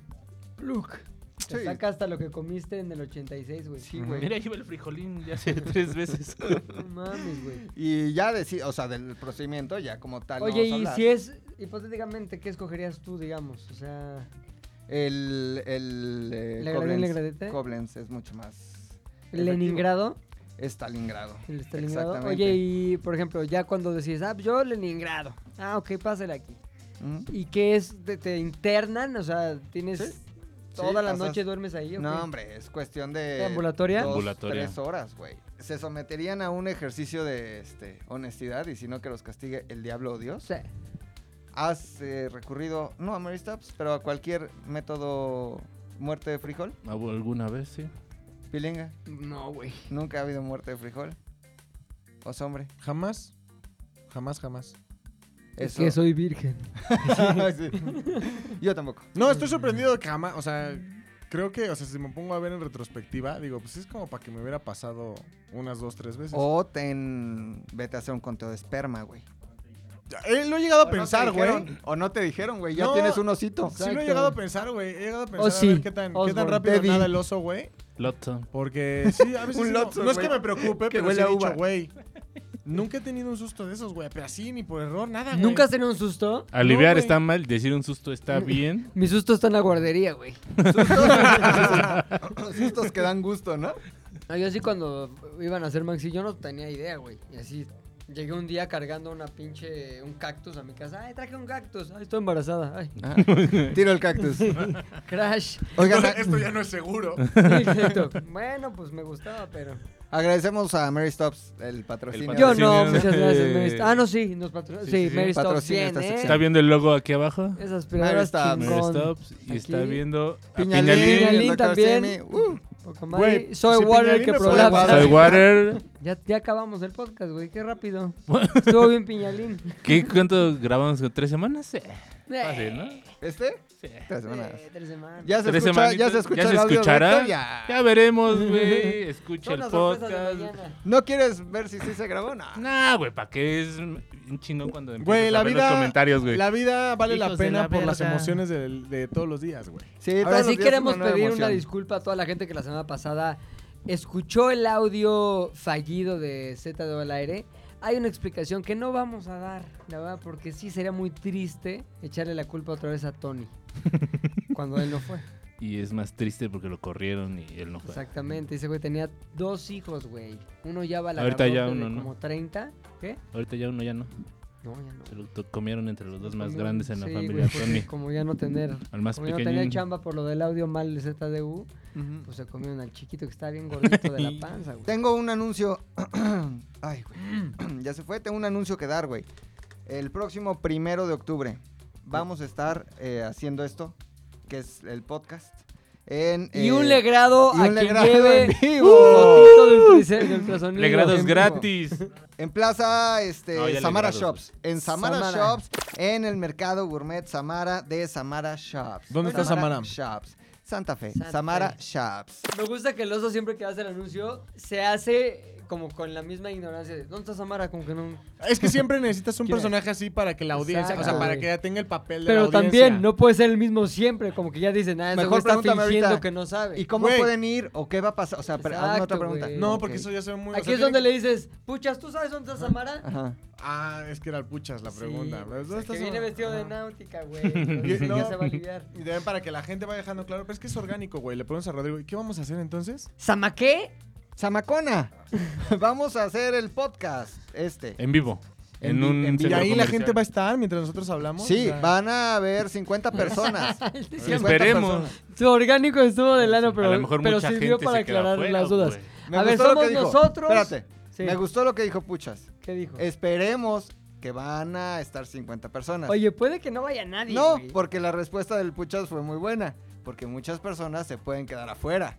Pluk. Te Sí. saca hasta lo que comiste en el 86, güey. Sí, güey. Mira, lleva el frijolín ya hace tres veces. No mames, güey. Y ya decir, o sea, del procedimiento ya como tal. Ah, no Oye, vamos a y hablar. si es, hipotéticamente, ¿qué escogerías tú, digamos? O sea, El. el eh, ¿Le agradé, Koblenz, le agradete? Koblenz es mucho más. efectivo. Leningrado. Stalingrado. El Stalingrado. Exactamente. Oye, y por ejemplo, ya cuando decís, ah, yo Leningrado. Ah, ok, pásale aquí. Ujú. ¿Y qué es? ¿Te, te internan? O sea, ¿tienes Sí. toda Sí, la pasas- noche duermes ahí? o qué? No, hombre, es cuestión de. ¿De ambulatoria? Dos, Ambulatoria. tres horas, güey. Se someterían a un ejercicio de este, honestidad y si no que los castigue el diablo o O Dios. sea, ¿Has eh, recurrido, no a Mary Stubbs, pero a cualquier método muerte de frijol? ¿Alguna vez, sí? Pilinga. no, güey. Nunca ha habido muerte de frijol. Os hombre. Jamás. Jamás, jamás. Es Eso. que soy virgen. Sí. Yo tampoco. No, estoy sorprendido de que jamás. O sea, creo que, o sea, si me pongo a ver en retrospectiva, digo, pues es como para que me hubiera pasado unas dos, tres veces. O ten. Vete a hacer un conteo de esperma, güey. Eh, lo he llegado O a no te pensar, güey. dijeron- O no te dijeron, güey. Ya No. tienes un osito. Sí lo Exacto. he llegado a pensar, güey. He llegado a pensar Oh, a sí. ver qué tan, qué tan Osborne. rápido Teddy. nada el oso, güey. Lotso. Porque sí, a veces Un sí, Lotso, no, no es güey. que me preocupe, Que pero huele sí a he dicho, uva. güey. Nunca he tenido un susto de esos, güey. Pero así, ni por error, nada, güey. ¿Nunca has tenido un susto? Aliviar güey. está mal, decir un susto está bien. Mi susto está en la guardería, güey. Sustos, sustos que dan gusto, ¿no? No, yo sí cuando iban a hacer Maxi, yo no tenía idea, güey. Y así llegué un día cargando una pinche, un cactus a mi casa. Ay, traje un cactus. Ay, estoy embarazada. Ay, Ah. Tiro el cactus. crash. Oigan, a- Esto ya no es seguro. Sí, exacto. bueno, pues me gustaba, pero... agradecemos a Mary Stops el patrocinio. El Yo patrocinio. no, muchas gracias, Eh. Mary Stop. Ah, no, sí, nos patrocina. Sí, Sí, sí, sí. Mary Stop, Patrocina bien, esta ¿eh? sección. ¿Está viendo el logo aquí abajo? Esas aspiradoras Stop. Mary Mary chingón. Stops. Y Aquí. está viendo a Piñalín, Piñalín. Piñalín Dr. también. Simi, uh, Poca madre. Güey, Soy si Water Piñalín que me pone prolapsa. guarda- Soy Water. Ya, ya acabamos el podcast, güey. Qué rápido. Estuvo bien Piñalín. ¿Qué, ¿Cuánto grabamos? ¿Tres semanas? Eh, Fácil, ¿no? ¿Este? Sí. Tres semanas. Eh, tres semanas. Ya se, Tres escucha, ya semanitas, se escucha ya el se audio escuchará. recto, ya. Ya veremos, güey. Escucha Son el las sorpresas de podcast. mañana. ¿No quieres ver si sí se grabó? No. Nah, güey, ¿para qué es un chingón cuando empiezas Güey, a la ver vida- los comentarios, güey? La vida vale la Hijos de pena la por las verga. emociones del- de, todos los días, güey. Sí, todos Ahora los sí días es queremos nueva pedir una emoción. disculpa a toda la gente que la semana pasada escuchó el audio fallido de Z de al aire. Hay una explicación que no vamos a dar, la verdad, porque sí sería muy triste echarle la culpa otra vez a Tony cuando él no fue. Y es más triste porque lo corrieron y él no fue. Exactamente, ese güey tenía dos hijos, güey. Uno ya va Ahorita ya uno, de ¿no? como 30. ¿Qué? Ahorita ya uno ya no. No, ya no. Se lo to- comieron entre los dos más Como- grandes en la sí, familia güey, porque Tony. Como ya no tener Al más Como yo no tenía pequeño. chamba por lo del audio mal de ZDU, pues se comieron al chiquito que está bien gordito de la panza, güey. Tengo un anuncio. Ay, güey. ya se fue. Tengo un anuncio que dar, güey. El próximo primero de octubre vamos a estar eh, haciendo esto, que es el podcast. En, Y eh, un legrado y un a quien legrado lleve en vivo. fotito de ultrase- de ultrasonido. Legrados en vivo. gratis. En Plaza este, No, ya Samara legrados, Shops. En Samara, Samara. Shops, en el mercado gourmet Samara de Samara Shops. ¿Dónde está Shops. Santa Fe. Santa Samara Fe. Shops. Me gusta que el oso siempre que hace el anuncio se hace como con la misma ignorancia de ¿Dónde está Samara? Como que no. Es que siempre necesitas un ¿Quién es? personaje así para que la audiencia, o Exacto, sea, para güey. que ya tenga el papel de la Pero audiencia. también no puede ser el mismo siempre, como que ya dicen, ah, ese Mejor güey está pregúntame fingiendo ahorita. que no sabe. ¿Y cómo Güey. pueden ir o qué va a pasar? O sea, pero hazme otra Exacto, pregunta. güey. No, porque Ok. eso ya se ve muy... o Aquí sea, es donde tiene le dices, puchas, ¿tú sabes dónde está Samara? Ajá. que- Ah, es que era el puchas la Sí, pregunta. güey, ¿Dónde o sea, está que Samara? viene vestido de Ajá. náutica, güey. entonces ya Y- no. se va a aliviar. Y también para que la gente vaya dejando claro, pero es que es orgánico, güey. Le preguntas a Rodrigo, ¿y qué vamos a hacer entonces? ¿Sama qué? Samacona, vamos a hacer el podcast este. En vivo. En, En vi- un Y en vivo. centro ahí la comercial. gente va a estar mientras nosotros hablamos. Sí, o sea, van a haber 50 personas. 50 Esperemos. personas. Su orgánico estuvo de lano, a pero, lo mejor pero mucha sirvió gente para se queda aclarar afuera, las dudas. güey. Me a ver, gustó lo somos que dijo. nosotros. Espérate, Sí, me gustó lo que dijo Puchas. ¿Qué dijo? Esperemos que van a estar 50 personas. Oye, puede que no vaya nadie. no, güey. porque la respuesta del Puchas fue muy buena, porque muchas personas se pueden quedar afuera.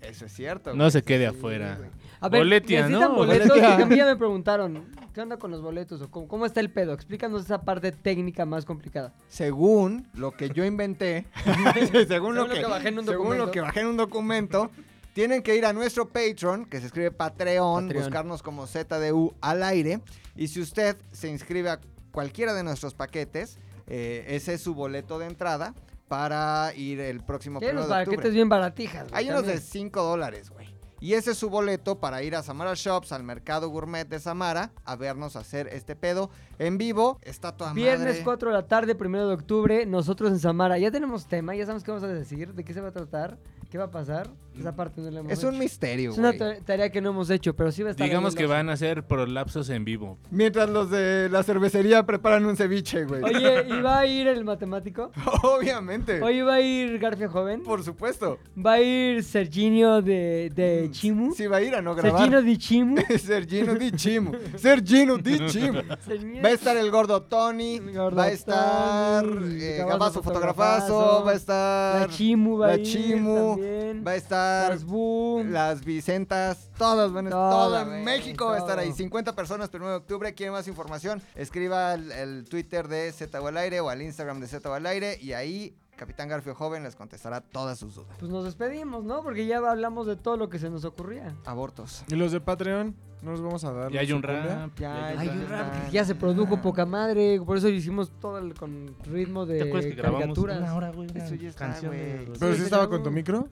Eso es cierto. No se quede Sí, afuera. güey. A ver, Boletia, necesitan ¿no? boletos. Boletia. Porque a mí ya me preguntaron, ¿qué onda con los boletos? ¿O cómo, cómo está el pedo? Explícanos esa parte técnica más complicada. Según lo que yo inventé, según, lo lo que, que bajé en un según lo documento. que bajé en un documento, tienen que ir a nuestro Patreon, que se escribe Patreon, Patreon. buscarnos como ZDU al aire. Y si usted se inscribe a cualquiera de nuestros paquetes, eh, ese es su boleto de entrada para ir el próximo Tienen primero unos de octubre. paquetes bien baratijas. güey, Hay unos de también. 5 dólares, güey. Y ese es su boleto para ir a Samara Shops, al mercado gourmet de Samara, a vernos hacer este pedo en vivo. Está toda Viernes madre. 4 de la tarde, primero de octubre, nosotros en Samara. Ya tenemos tema, ya sabemos qué vamos a decir, de qué se va a tratar, qué va a pasar. Esa parte no la hemos Mm. Es un hecho. misterio, Es una güey. ta- tarea que no hemos hecho, pero sí va a estar. Digamos ahí que el van a ser prolapsos en vivo. Mientras los de la cervecería preparan un ceviche, güey. Oye, ¿y va a ir el matemático? Obviamente. Oye, ¿va a ir Garfio Joven? Por supuesto. ¿Va a ir Serginio de, de Eh, Chimu? Si va a ir Mm, a no ¿Serginio grabar. de Chimu? Sergino Di Chimo. Sergino Di Chimo. Serginio- Va a estar el gordo Tony. El gordo va a estar Tony, eh, Gabazo Gabazo Fotografazo, Fotografazo. Va a La estar. Chimu va a la ir Chimu, también. Va a estar. Las Boom. Las Vicentas, todas, bueno, Todo, todas. güey, México va a estar todo. ahí. 50 personas, 1 de octubre. ¿Quieren más información? Escriba al, al Twitter de Z o al aire o al Instagram de Z o al aire y ahí Capitán Garfio Joven les contestará todas sus dudas. Pues nos despedimos, ¿no? Porque ya hablamos de todo lo que se nos ocurría. Abortos. ¿Y los de Patreon? ¿No nos vamos a dar? Ya hay un nuestra cumbia? rap. ya Ay, hay un Ay, un rap. rap ya. que ya se produjo poca madre. Por eso hicimos todo el, con ritmo de ¿Te acuerdas que grabamos caricaturas. una hora, güey? Eso ya está, Canción de güey. los- ¿Pero Sí, sí estaba con tenemos- tu micro?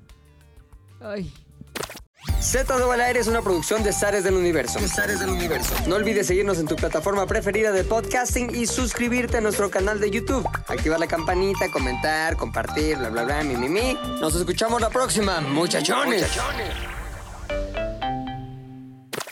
Ay. Z2 al aire es una producción de Zares del Universo. No olvides seguirnos en tu plataforma preferida de podcasting y suscribirte a nuestro canal de YouTube. Activar la campanita, comentar, compartir, bla, bla, bla, mi, mi, mi. Nos escuchamos la próxima, muchachones.